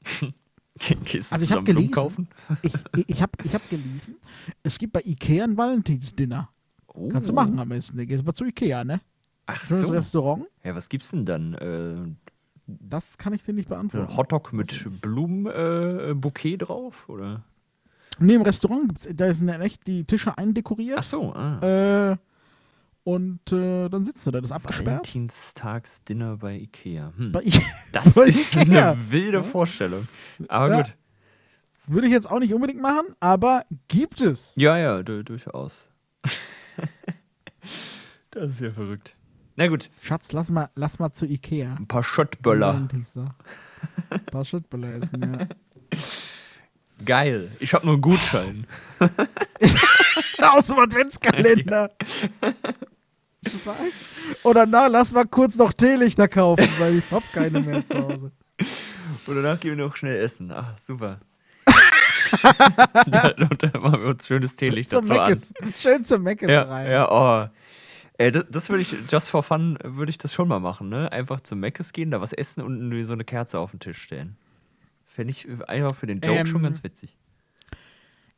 Speaker 2: Ge- Gehst du
Speaker 3: Also ich hab
Speaker 2: zusammen Blumen
Speaker 3: gelesen.
Speaker 2: kaufen?
Speaker 3: Ich, ich, ich habe ich hab gelesen, es gibt bei Ikea ein Valentinsdinner.
Speaker 2: Oh.
Speaker 3: Kannst du machen am besten. Da gehst du mal zu Ikea, ne?
Speaker 2: Ach
Speaker 3: Schönes
Speaker 2: so.
Speaker 3: Restaurant.
Speaker 2: Ja, was gibt's denn dann? Äh,
Speaker 3: Das kann ich dir nicht
Speaker 2: so ein
Speaker 3: beantworten.
Speaker 2: Hotdog mit Blumenbouquet äh, Bouquet drauf? Oder?
Speaker 3: Nee, im Restaurant gibt's, da sind dann echt die Tische eindekoriert.
Speaker 2: Ach so, ah.
Speaker 3: Äh, Und äh, dann sitzt du da, das ist abgesperrt.
Speaker 2: Valentinstagsdinner bei Ikea. Hm.
Speaker 3: Bei I-
Speaker 2: das
Speaker 3: bei
Speaker 2: ist
Speaker 3: Ikea.
Speaker 2: eine wilde Vorstellung. Aber
Speaker 3: Ja.
Speaker 2: gut.
Speaker 3: Würde ich jetzt auch nicht unbedingt machen, aber gibt es.
Speaker 2: Ja, ja, du, durchaus. das ist ja verrückt. Na gut,
Speaker 3: Schatz, lass mal, lass mal zu Ikea.
Speaker 2: ein paar Schottböller.
Speaker 3: Valentinstag. Ein paar Schöttböller essen, ja.
Speaker 2: Geil. Ich habe nur einen Gutschein.
Speaker 3: Aus dem Adventskalender. Total. Oder na, lass mal kurz noch Teelichter kaufen, weil ich hab keine mehr zu Hause.
Speaker 2: Und danach gehen wir noch schnell essen. Ach, super. da, und dann machen wir uns schönes Teelicht
Speaker 3: Zum
Speaker 2: dazu an.
Speaker 3: Meckes. Schön zum Meckes
Speaker 2: Ja,
Speaker 3: rein.
Speaker 2: ja, oh. Ey, das, das würde ich, just for fun, würde ich das schon mal machen, ne? Einfach zum Meckes gehen, da was essen und irgendwie so eine Kerze auf den Tisch stellen. Fände ich einfach für den Joke
Speaker 3: Ähm,
Speaker 2: schon ganz witzig.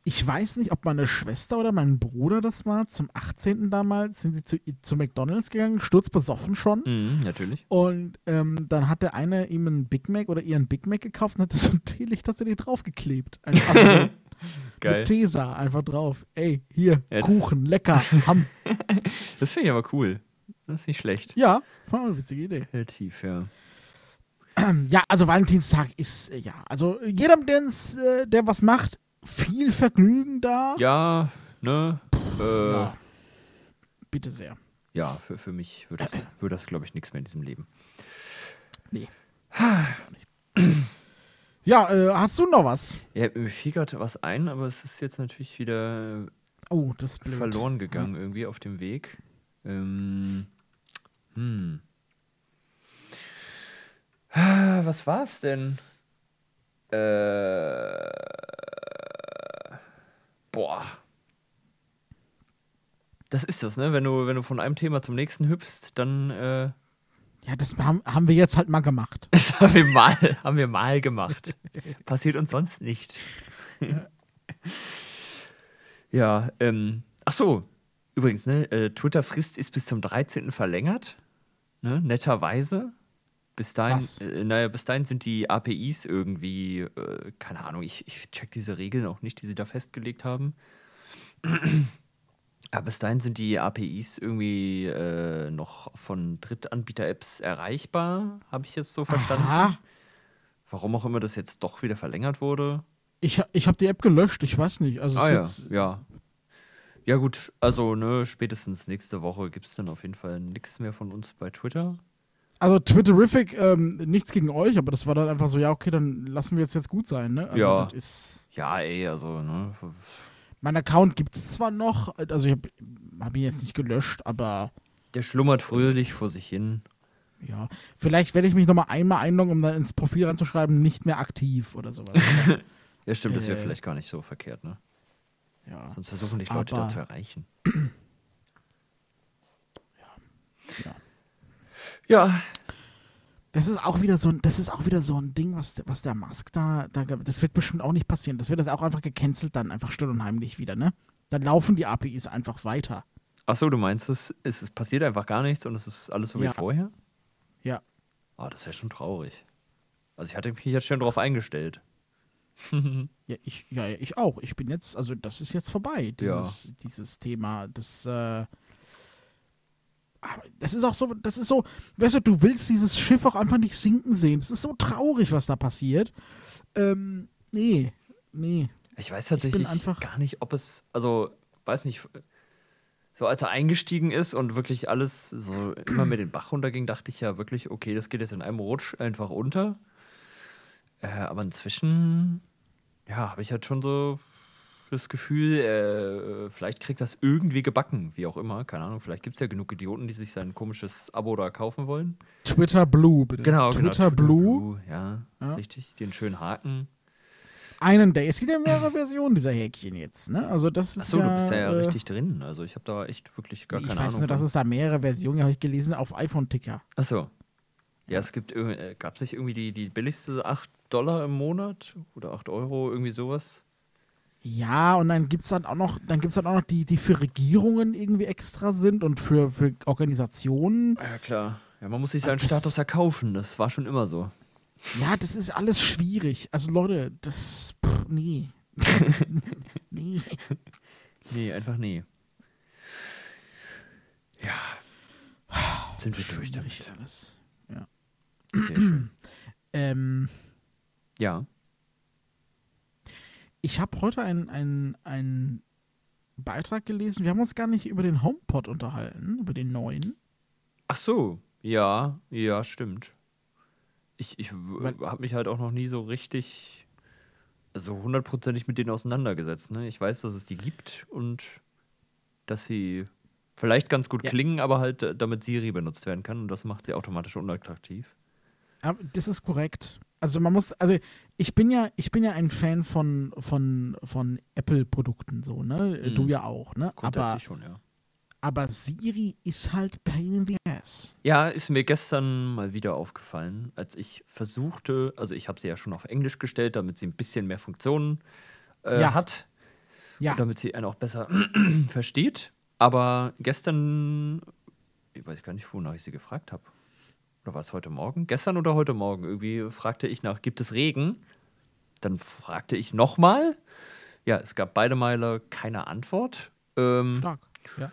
Speaker 3: Ich weiß nicht, ob meine Schwester oder mein Bruder das war. Zum 18. damals sind sie zu, zu McDonalds gegangen, sturzbesoffen schon.
Speaker 2: Mhm, natürlich.
Speaker 3: Und ähm, dann hat der eine ihm einen Big Mac oder ihren Big Mac gekauft und hat so ein Teelicht, das er dir draufgeklebt. Also, also
Speaker 2: Geil.
Speaker 3: mit Tesa einfach drauf. Ey, hier,
Speaker 2: Ja, das-
Speaker 3: Kuchen, lecker, Hamm.
Speaker 2: Das finde ich aber cool. Das ist nicht schlecht.
Speaker 3: Ja, war eine witzige Idee.
Speaker 2: Kreativ, ja.
Speaker 3: Ja, also Valentinstag ist, äh, ja, also jedem, den's, äh, der was macht, viel Vergnügen da.
Speaker 2: Ja, ne? Äh, ja,
Speaker 3: Oh. Ja. Bitte sehr.
Speaker 2: für, für mich würde das, würd das glaube ich, nichts mehr in diesem Leben.
Speaker 3: Nee. ja, äh, hast du noch was?
Speaker 2: Ja, mir fiel gerade was ein, aber es ist jetzt natürlich wieder
Speaker 3: Oh, das ist blöd.
Speaker 2: verloren gegangen irgendwie auf dem Weg. Ähm, hm. Ah, Was war's denn? Äh, boah. Das ist das, ne? Wenn du, wenn du von einem Thema zum nächsten hüpfst, dann äh,
Speaker 3: Ja, das haben, haben wir jetzt halt mal gemacht.
Speaker 2: das haben wir mal, haben wir mal gemacht. Passiert uns sonst nicht. ja, ähm, ach so, übrigens, ne, äh, Twitter-Frist ist bis zum 13. verlängert, ne, netterweise. Bis dahin,
Speaker 3: Was?
Speaker 2: äh, naja, bis dahin sind die APIs irgendwie, äh, keine Ahnung, ich, ich check diese Regeln auch nicht, die sie da festgelegt haben. Aber bis dahin sind die APIs irgendwie äh, noch von Drittanbieter-Apps erreichbar, habe ich jetzt so verstanden.
Speaker 3: Aha.
Speaker 2: Warum auch immer das jetzt doch wieder verlängert wurde.
Speaker 3: Ich, ha- ich habe die App gelöscht, ich weiß nicht. Also
Speaker 2: Ah
Speaker 3: ist
Speaker 2: ja,
Speaker 3: jetzt,
Speaker 2: ja. Ja gut, also ne, spätestens nächste Woche gibt es dann auf jeden Fall nichts mehr von uns bei Twitter.
Speaker 3: Also Twitterific, ähm, nichts gegen euch, aber das war dann einfach so, ja, okay, dann lassen wir es jetzt gut sein, ne? Also
Speaker 2: Ja.
Speaker 3: das ist.
Speaker 2: Ja, ey, also ne.
Speaker 3: Mein Account gibt es zwar noch, also ich habe hab ihn jetzt nicht gelöscht, aber
Speaker 2: Der schlummert fröhlich vor sich hin.
Speaker 3: ja. Vielleicht werde ich mich nochmal einmal einloggen, um dann ins Profil reinzuschreiben, nicht mehr aktiv oder sowas.
Speaker 2: Ja, stimmt, das wäre
Speaker 3: Äh.
Speaker 2: vielleicht gar nicht so verkehrt, ne?
Speaker 3: ja.
Speaker 2: Sonst versuchen dich Leute da
Speaker 3: Aber-
Speaker 2: zu erreichen.
Speaker 3: ja.
Speaker 2: Ja,
Speaker 3: Das ist auch wieder so ein, das ist auch wieder so ein Ding, was, der- was der Musk da, da, ge- das wird bestimmt auch nicht passieren. Das wird das auch einfach gecancelt dann einfach still und heimlich wieder, ne? Dann laufen die APIs einfach weiter.
Speaker 2: achso, du meinst, es, es, es passiert einfach gar nichts und es ist alles so wie
Speaker 3: Ja.
Speaker 2: vorher?
Speaker 3: Ja.
Speaker 2: Ah, das wäre schon traurig. Also ich hatte mich jetzt schon drauf eingestellt.
Speaker 3: Ja, ich, ja, ich auch. Ich bin jetzt, also das ist jetzt vorbei,
Speaker 2: Ja.
Speaker 3: dieses, dieses Thema. Das, äh, aber das ist auch so, das ist so, weißt du, du willst dieses Schiff auch einfach nicht sinken sehen. Es ist so traurig, was da passiert. Ähm, nee, nee.
Speaker 2: Ich weiß
Speaker 3: bin
Speaker 2: tatsächlich
Speaker 3: einfach-
Speaker 2: gar nicht, ob es, also, weiß nicht, so als er eingestiegen ist und wirklich alles so immer mit den Bach runterging, dachte ich ja wirklich, okay, das geht jetzt in einem Rutsch einfach unter. Äh, aber inzwischen, ja, habe ich halt schon so das Gefühl, äh, vielleicht kriegt das irgendwie gebacken, wie auch immer, keine Ahnung, vielleicht gibt es ja genug Idioten, die sich sein komisches Abo da kaufen wollen.
Speaker 3: Twitter Blue, bitte.
Speaker 2: Genau, genau.
Speaker 3: Twitter Blue.
Speaker 2: ja,
Speaker 3: Ja.
Speaker 2: richtig, den schönen Haken.
Speaker 3: einen Day. Es gibt ja mehrere Versionen dieser Häkchen jetzt, ne? Also das ist
Speaker 2: Achso,
Speaker 3: ja,
Speaker 2: du bist ja, ja
Speaker 3: äh,
Speaker 2: richtig drin, also ich habe da echt wirklich gar
Speaker 3: ich
Speaker 2: keine
Speaker 3: weiß
Speaker 2: Ahnung.
Speaker 3: nur, dass
Speaker 2: von.
Speaker 3: es da mehrere Versionen, habe ich gelesen, auf iPhone-Ticker.
Speaker 2: Achso. Ja, es gibt, irg- äh, gab es nicht irgendwie die, die billigste 8 Dollar im Monat oder 8 Euro, irgendwie sowas?
Speaker 3: Ja, und dann gibt es dann auch noch, dann gibt's dann auch noch die, die für Regierungen irgendwie extra sind und für, für Organisationen.
Speaker 2: Ah, Ja, klar. Ja, man muss sich seinen
Speaker 3: Ah, Das-
Speaker 2: Status erkaufen, das war schon immer so.
Speaker 3: Ja, das ist alles schwierig. Also Leute, das. Pff, nee. nee.
Speaker 2: Nee, einfach nee. Ja, sind wir durch damit.
Speaker 3: Schwierig alles.
Speaker 2: Sehr schön.
Speaker 3: Ähm,
Speaker 2: Ja.
Speaker 3: ich habe heute einen ein Beitrag gelesen. Wir haben uns gar nicht über den HomePod unterhalten, über den neuen.
Speaker 2: Ach so, ja, ja, stimmt. Ich, ich habe mich halt auch noch nie so richtig, also hundertprozentig mit denen auseinandergesetzt. Ne? Ich weiß, dass es die gibt und dass sie vielleicht ganz gut
Speaker 3: Ja.
Speaker 2: klingen, aber halt äh, damit Siri benutzt werden kann und das macht sie automatisch unattraktiv.
Speaker 3: Aber das ist korrekt. Also man muss, also ich bin ja, ich bin ja ein Fan von, von, von Apple-Produkten so, ne?
Speaker 2: Mhm.
Speaker 3: Du ja auch, ne? Aber,
Speaker 2: Grundsätzlich schon, ja.
Speaker 3: aber Siri ist halt pain in the ass.
Speaker 2: Ja, ist mir gestern mal wieder aufgefallen, als ich versuchte, also ich habe sie ja schon auf Englisch gestellt, damit sie ein bisschen mehr Funktionen äh,
Speaker 3: Ja.
Speaker 2: hat.
Speaker 3: Ja.
Speaker 2: damit sie einen auch besser versteht. Aber gestern, ich weiß gar nicht, wonach ich sie gefragt habe. Oder war es heute Morgen? Gestern oder heute Morgen? Irgendwie fragte ich nach, gibt es Regen? Dann fragte ich nochmal. Ja, es gab beide Male keine Antwort. Ähm,
Speaker 3: Stark. Ja.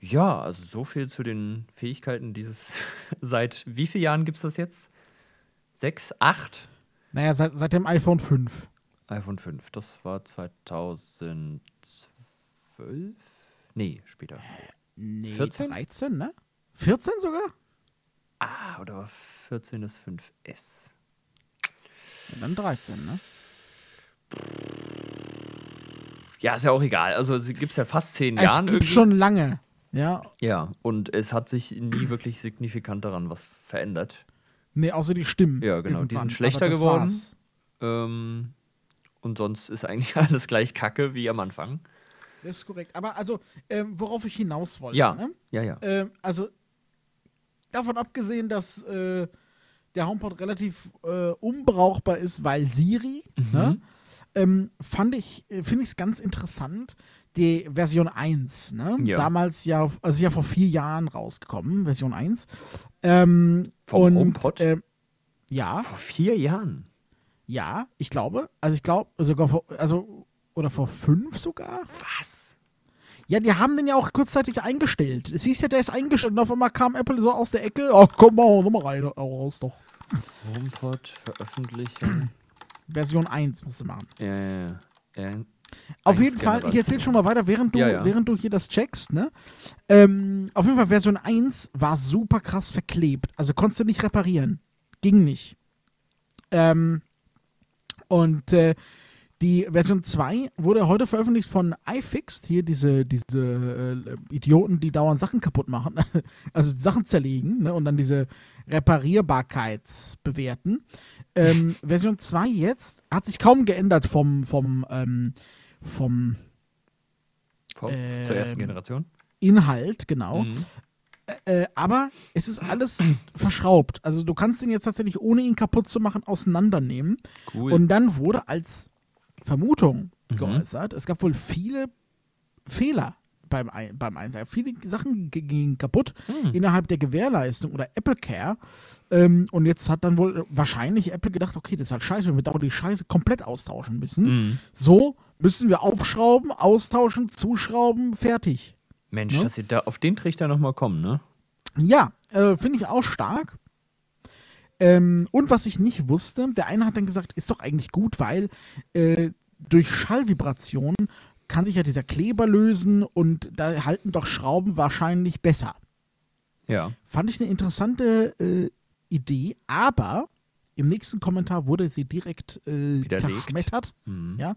Speaker 2: ja, also so viel zu den Fähigkeiten dieses. Seit wie vielen Jahren gibt es das jetzt? Sechs, acht?
Speaker 3: Naja, seit, seit dem iPhone 5.
Speaker 2: iPhone 5, das war 2012? Nee, später.
Speaker 3: Nee,
Speaker 2: 14?
Speaker 3: 13, ne? 14 sogar?
Speaker 2: Ah, oder war 14 das 5S?
Speaker 3: Ja, dann 13, ne?
Speaker 2: Ja, ist ja auch egal. Also gibt es ja fast zehn
Speaker 3: es
Speaker 2: Jahren.
Speaker 3: gibt
Speaker 2: irgendwie.
Speaker 3: schon lange. Ja.
Speaker 2: Ja, und es hat sich nie wirklich signifikant daran was verändert.
Speaker 3: Nee, außer die Stimmen.
Speaker 2: Ja, genau, die sind
Speaker 3: irgendwann.
Speaker 2: schlechter
Speaker 3: Aber das
Speaker 2: geworden.
Speaker 3: war's.
Speaker 2: Ähm, und sonst ist eigentlich alles gleich kacke wie am Anfang.
Speaker 3: Das ist korrekt. Aber also, ähm, worauf ich hinaus wollte,
Speaker 2: Ja,
Speaker 3: ne?
Speaker 2: ja, ja.
Speaker 3: Ähm, also, davon abgesehen, dass äh, der HomePod relativ äh, unbrauchbar ist, weil Siri,
Speaker 2: Mhm.
Speaker 3: ne, ähm, fand ich, äh, finde ich es ganz interessant, die Version 1, ne?
Speaker 2: Ja.
Speaker 3: damals ja, also ja vor vier Jahren rausgekommen, Version 1. Ähm,
Speaker 2: Vom
Speaker 3: und,
Speaker 2: HomePod?
Speaker 3: ähm, ja,
Speaker 2: Vor vier Jahren.
Speaker 3: ja, ich glaube, also ich glaube sogar vor, also oder vor fünf sogar.
Speaker 2: Was?
Speaker 3: Ja, die haben den ja auch kurzzeitig eingestellt. Es hieß ja, der ist eingestellt und auf einmal kam Apple so aus der Ecke. Ach komm, machen wir nochmal rein, äh, raus doch.
Speaker 2: HomePod, Veröffentlichung.
Speaker 3: Version 1 musst du machen.
Speaker 2: ja, ja, ja. ja.
Speaker 3: Auf
Speaker 2: Eins
Speaker 3: jeden Fall, ich
Speaker 2: Generation.
Speaker 3: erzähl schon mal weiter, während du,
Speaker 2: Ja, ja.
Speaker 3: während du hier das checkst, ne? Ähm, auf jeden Fall, Version 1 war super krass verklebt. Also konntest du nicht reparieren. Ging nicht. Ähm, und äh, die Version 2 wurde heute veröffentlicht von iFixed, hier diese, diese äh, Idioten, die dauernd Sachen kaputt machen, also Sachen zerlegen ne? und dann diese Reparierbarkeits bewerten. Ähm, Version 2 jetzt hat sich kaum geändert vom, vom, ähm, vom
Speaker 2: Vor, zur ersten
Speaker 3: Ähm,
Speaker 2: Generation.
Speaker 3: Inhalt, genau.
Speaker 2: Mhm.
Speaker 3: Äh, aber es ist alles verschraubt. Also du kannst ihn jetzt tatsächlich, ohne ihn kaputt zu machen, auseinandernehmen.
Speaker 2: Cool.
Speaker 3: Und dann wurde als Vermutung
Speaker 2: Mhm.
Speaker 3: geäußert, es gab wohl viele Fehler beim, Ei- beim Einsatz. Viele Sachen g- gingen kaputt
Speaker 2: Hm.
Speaker 3: innerhalb der Gewährleistung oder Apple Care. Ähm, und jetzt hat dann wohl wahrscheinlich Apple gedacht, okay, das ist halt scheiße, wenn wir dauernd die Scheiße komplett austauschen müssen.
Speaker 2: Mhm.
Speaker 3: So müssen wir aufschrauben, austauschen, zuschrauben, fertig.
Speaker 2: Mensch,
Speaker 3: ne?
Speaker 2: dass sie da auf den Trichter nochmal kommen, ne?
Speaker 3: Ja, äh, finde ich auch stark. Ähm, und was ich nicht wusste, der eine hat dann gesagt, ist doch eigentlich gut, weil äh, durch Schallvibrationen kann sich ja dieser Kleber lösen und da halten doch Schrauben wahrscheinlich besser.
Speaker 2: Ja.
Speaker 3: Fand ich eine interessante äh, Idee, aber im nächsten Kommentar wurde sie direkt äh,
Speaker 2: Widerlegt.
Speaker 3: zerschmettert.
Speaker 2: Mhm.
Speaker 3: Ja.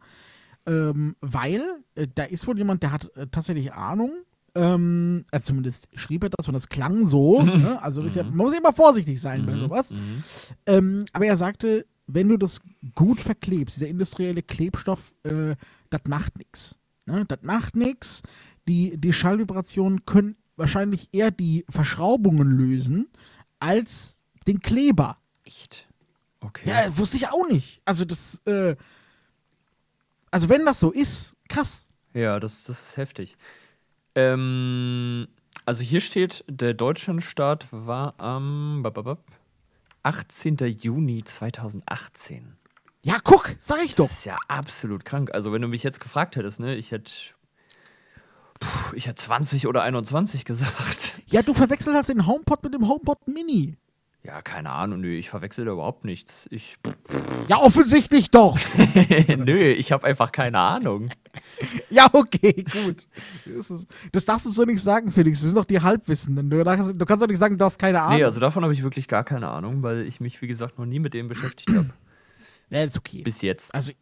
Speaker 3: Ähm, weil äh, da ist wohl jemand, der hat äh, tatsächlich Ahnung. Ähm, also zumindest schrieb er das und das klang so. Ne? Also ist ja, man muss immer vorsichtig sein bei sowas.
Speaker 2: Mhm.
Speaker 3: Ähm, aber er sagte, wenn du das gut verklebst, dieser industrielle Klebstoff, äh, das macht nichts. Ne? Das macht nichts. Die, die Schallvibrationen können wahrscheinlich eher die Verschraubungen lösen als den Kleber.
Speaker 2: Echt? Okay.
Speaker 3: Ja, wusste ich auch nicht. Also das, äh, also wenn das so ist, krass.
Speaker 2: Ja, das, das ist heftig. Ähm, also hier steht, der Deutschlandstart war am bababab, 18. Juni 2018.
Speaker 3: Ja, guck, sag ich
Speaker 2: Das
Speaker 3: doch.
Speaker 2: ist ja absolut krank. Also wenn du mich jetzt gefragt hättest, ne, ich hätte Puh, ich hätte 20 oder 21 gesagt.
Speaker 3: Ja, du verwechselst das den HomePod mit dem HomePod Mini.
Speaker 2: Ja, keine Ahnung, nö, ich verwechsel da überhaupt nichts. Ich,
Speaker 3: Ja, offensichtlich doch.
Speaker 2: nö, ich habe einfach keine Ahnung.
Speaker 3: Ja, okay, gut. Das, ist, das darfst du so nicht sagen, Felix. Wir sind doch die Halbwissenden. Du, darfst- du kannst doch nicht sagen, du hast keine Ahnung.
Speaker 2: Nee, also davon habe ich wirklich gar keine Ahnung, weil ich mich, wie gesagt, noch nie mit dem beschäftigt habe.
Speaker 3: ja, ist okay.
Speaker 2: also Bis jetzt.
Speaker 3: Also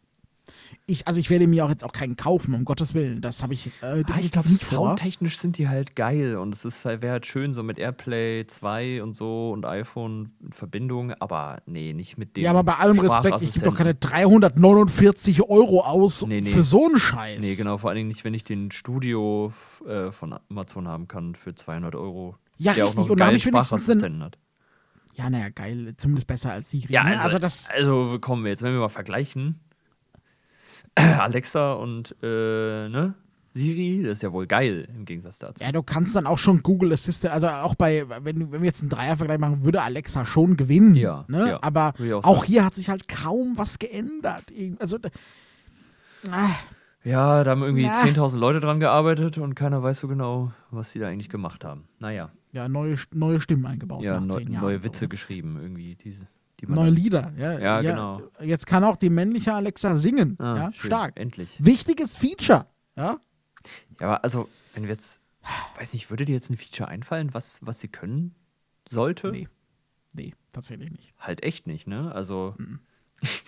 Speaker 3: ich, also ich werde mir auch jetzt auch keinen kaufen, um Gottes Willen. Das habe ich äh,
Speaker 2: Ah, ich
Speaker 3: definitiv
Speaker 2: glaube,
Speaker 3: nicht vor.
Speaker 2: soundtechnisch sind die halt geil und es ist wäre halt schön so mit AirPlay 2 und so und iPhone in Verbindung, aber nee, nicht mit dem.
Speaker 3: Ja, aber bei allem Respekt, ich gebe doch keine
Speaker 2: Sprachassistenten.
Speaker 3: 349 Euro aus
Speaker 2: Nee, nee.
Speaker 3: für so einen Scheiß.
Speaker 2: Nee, genau, vor allen Dingen nicht, wenn ich den Studio f- äh, von Amazon haben kann für 200 Euro.
Speaker 3: Ja,
Speaker 2: der auch
Speaker 3: richtig,
Speaker 2: noch einen
Speaker 3: und da hab
Speaker 2: geilen
Speaker 3: ich wenigstens den-
Speaker 2: Sprachassistenten hat.
Speaker 3: Ja, naja, geil. Zumindest besser als Siri.
Speaker 2: Ja,
Speaker 3: ne?
Speaker 2: also,
Speaker 3: also das.
Speaker 2: also kommen wir jetzt, wenn wir mal vergleichen. Alexa und äh, ne? Siri, das ist ja wohl geil im Gegensatz dazu.
Speaker 3: Ja, du kannst dann auch schon Google Assistant, also auch bei, wenn, du- wenn wir jetzt einen Dreiervergleich machen, würde Alexa schon gewinnen.
Speaker 2: Ja,
Speaker 3: ne?
Speaker 2: ja,
Speaker 3: Aber
Speaker 2: würde ich auch
Speaker 3: auch,
Speaker 2: sagen.
Speaker 3: hier hat sich halt kaum was geändert. Irgend- Also, da- ah,
Speaker 2: Ja, da haben irgendwie
Speaker 3: Ja.
Speaker 2: 10.000 Leute dran gearbeitet und keiner weiß so genau, was sie da eigentlich gemacht haben. Naja,
Speaker 3: ja, neue, neue Stimmen eingebaut.
Speaker 2: ja,
Speaker 3: nach
Speaker 2: neu,
Speaker 3: zehn Jahren
Speaker 2: neue
Speaker 3: so,
Speaker 2: Witze
Speaker 3: ne?
Speaker 2: geschrieben irgendwie, diese, die man
Speaker 3: Neue
Speaker 2: dann-
Speaker 3: Lieder. Ja,
Speaker 2: Ja, genau.
Speaker 3: Jetzt kann auch die männliche Alexa singen.
Speaker 2: Ah,
Speaker 3: ja,
Speaker 2: schön,
Speaker 3: stark.
Speaker 2: Endlich.
Speaker 3: Wichtiges Feature. Ja,
Speaker 2: Ja, aber also, wenn wir jetzt, weiß nicht, würde dir jetzt ein Feature einfallen, was, was sie können sollte?
Speaker 3: Nee. nee, tatsächlich nicht.
Speaker 2: Halt echt nicht, ne? Also,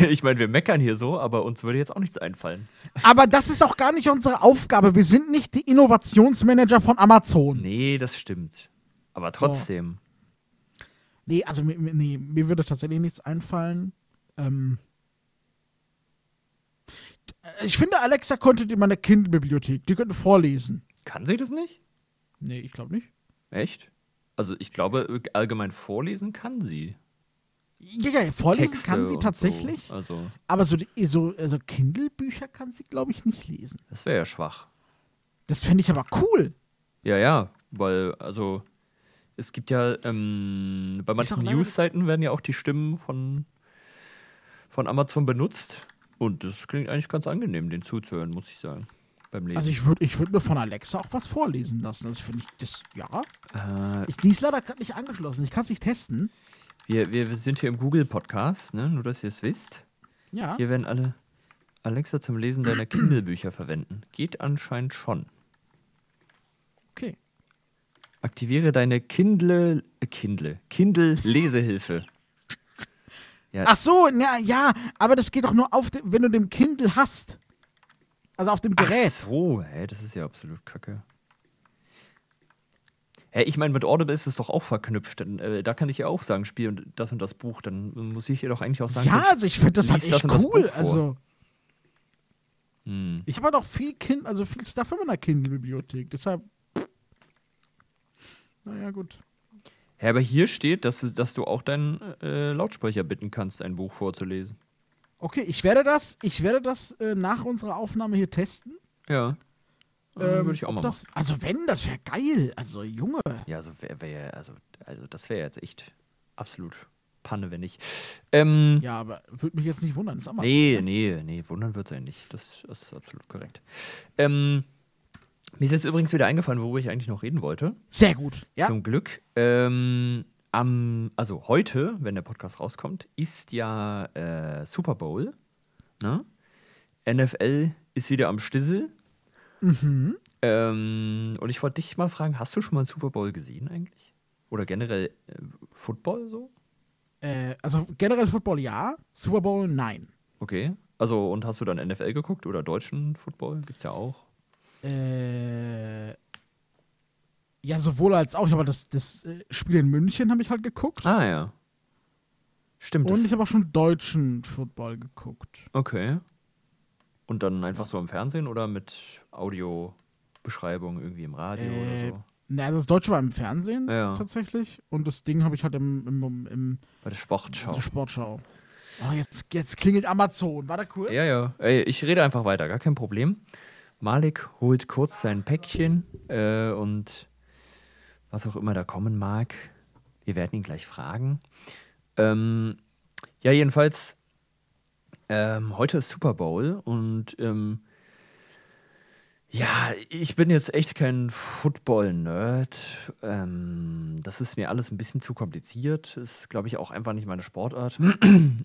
Speaker 2: ich meine, wir meckern hier so, aber uns würde jetzt auch nichts einfallen.
Speaker 3: Aber das ist auch gar nicht unsere Aufgabe. Wir sind nicht die Innovationsmanager von Amazon.
Speaker 2: Nee, das stimmt. Aber trotzdem.
Speaker 3: Nee, also mi- mi- nee, mir würde tatsächlich nichts einfallen. Ähm, äh, ich finde, Alexa könnte in meiner Kindbibliothek, die könnte vorlesen.
Speaker 2: Kann sie das nicht?
Speaker 3: Nee, ich glaube nicht.
Speaker 2: Echt? Also, ich glaube, allgemein vorlesen kann sie.
Speaker 3: Ja, ja, vorlesen
Speaker 2: Texte
Speaker 3: kann sie
Speaker 2: und
Speaker 3: tatsächlich,
Speaker 2: So. Also,
Speaker 3: aber so, die- so also Kindle-Bücher kann sie, glaube ich, nicht lesen.
Speaker 2: das wäre ja schwach.
Speaker 3: Das fände ich aber cool.
Speaker 2: Ja, ja, weil, also, es gibt ja, ähm, bei
Speaker 3: Sie ist auch
Speaker 2: manchen
Speaker 3: leider-
Speaker 2: News-Seiten werden ja auch die Stimmen von, von Amazon benutzt. Und das klingt eigentlich ganz angenehm, den zuzuhören, muss ich sagen. Beim Lesen.
Speaker 3: Also ich würde ich würd mir von Alexa auch was vorlesen lassen. Das finde ich, das, ja.
Speaker 2: äh,
Speaker 3: Ich, die ist leider gerade nicht angeschlossen. Ich kann es nicht testen.
Speaker 2: wir, wir, wir sind hier im Google-Podcast, ne? nur dass ihr es wisst.
Speaker 3: Ja.
Speaker 2: Hier werden alle Alexa zum Lesen deiner Kindle-Bücher verwenden. Geht anscheinend schon.
Speaker 3: Okay.
Speaker 2: Aktiviere deine Kindle, äh, Kindle, Kindle-Lesehilfe. Ja,
Speaker 3: Ach so, na ja, aber das geht doch nur auf, de- wenn du den Kindle hast. Also auf dem Gerät.
Speaker 2: Ach so, hä, das ist ja absolut kacke. Hä, ich meine, mit Audible ist es doch auch verknüpft. Dann, äh, da kann ich ja auch sagen, spiel und das und das Buch. Dann muss ich ihr doch eigentlich auch sagen,
Speaker 3: ja,
Speaker 2: Mensch,
Speaker 3: also ich finde das halt
Speaker 2: lies das
Speaker 3: echt
Speaker 2: und das
Speaker 3: cool.
Speaker 2: Buch vor.
Speaker 3: also
Speaker 2: hm,
Speaker 3: ich habe halt auch viel Kind, also viel Stuff in meiner Kindle-Bibliothek. Deshalb. Naja, gut.
Speaker 2: Ja, aber hier steht, dass, du- dass du auch deinen äh, Lautsprecher bitten kannst, ein Buch vorzulesen.
Speaker 3: Okay, ich werde das, ich werde das äh, nach unserer Aufnahme hier testen.
Speaker 2: Ja. Ähm, Würde ich auch
Speaker 3: ob
Speaker 2: mal
Speaker 3: das, Also wenn, das wäre geil. Also Junge.
Speaker 2: machen. Ja, also, wär, wär, ja- also, also das wäre jetzt echt absolut Panne, wenn nicht. Ähm,
Speaker 3: Ja, aber würde mich jetzt nicht wundern. Ist Amazon.
Speaker 2: Nee, nee, nee, wundern wird es nicht. Das, das ist absolut korrekt. Ähm, mir ist jetzt übrigens wieder eingefallen, worüber ich eigentlich noch reden wollte.
Speaker 3: Sehr gut. Ja.
Speaker 2: Zum Glück. Ähm, am, also heute, wenn der Podcast rauskommt, ist ja äh, Super Bowl. Ne? NFL ist wieder am Stissel. Ähm, und ich wollte dich mal fragen, hast du schon mal einen Super Bowl gesehen eigentlich? Oder generell äh, Football so?
Speaker 3: Äh, also generell Football ja, Super Bowl nein.
Speaker 2: Okay. Also, und hast du dann NFL geguckt oder deutschen Football? Gibt's ja auch.
Speaker 3: Äh, ja, sowohl als auch. Ich habe halt das, das äh, Spiel in München habe ich halt geguckt.
Speaker 2: Ah ja. Stimmt.
Speaker 3: und
Speaker 2: das,
Speaker 3: ich habe auch schon deutschen Football geguckt.
Speaker 2: okay. Und dann einfach so im Fernsehen oder mit Audiobeschreibung irgendwie im Radio
Speaker 3: Äh,
Speaker 2: oder so?
Speaker 3: Na, also das Deutsche war im Fernsehen
Speaker 2: Ja.
Speaker 3: tatsächlich. Und das Ding habe ich halt im, im, im,
Speaker 2: Bei der Sportschau.
Speaker 3: im Sportschau. Oh, jetzt, jetzt klingelt Amazon. Warte kurz.
Speaker 2: Ja, ja. Ey, ich rede einfach weiter, gar kein Problem. Malik holt kurz sein Päckchen äh, und was auch immer da kommen mag. Wir werden ihn gleich fragen. Ähm, ja, jedenfalls, ähm, heute ist Super Bowl und ähm, Ja, ich bin jetzt echt kein Football-Nerd. Ähm, das ist mir alles ein bisschen zu kompliziert. Ist, glaube ich, auch einfach nicht meine Sportart.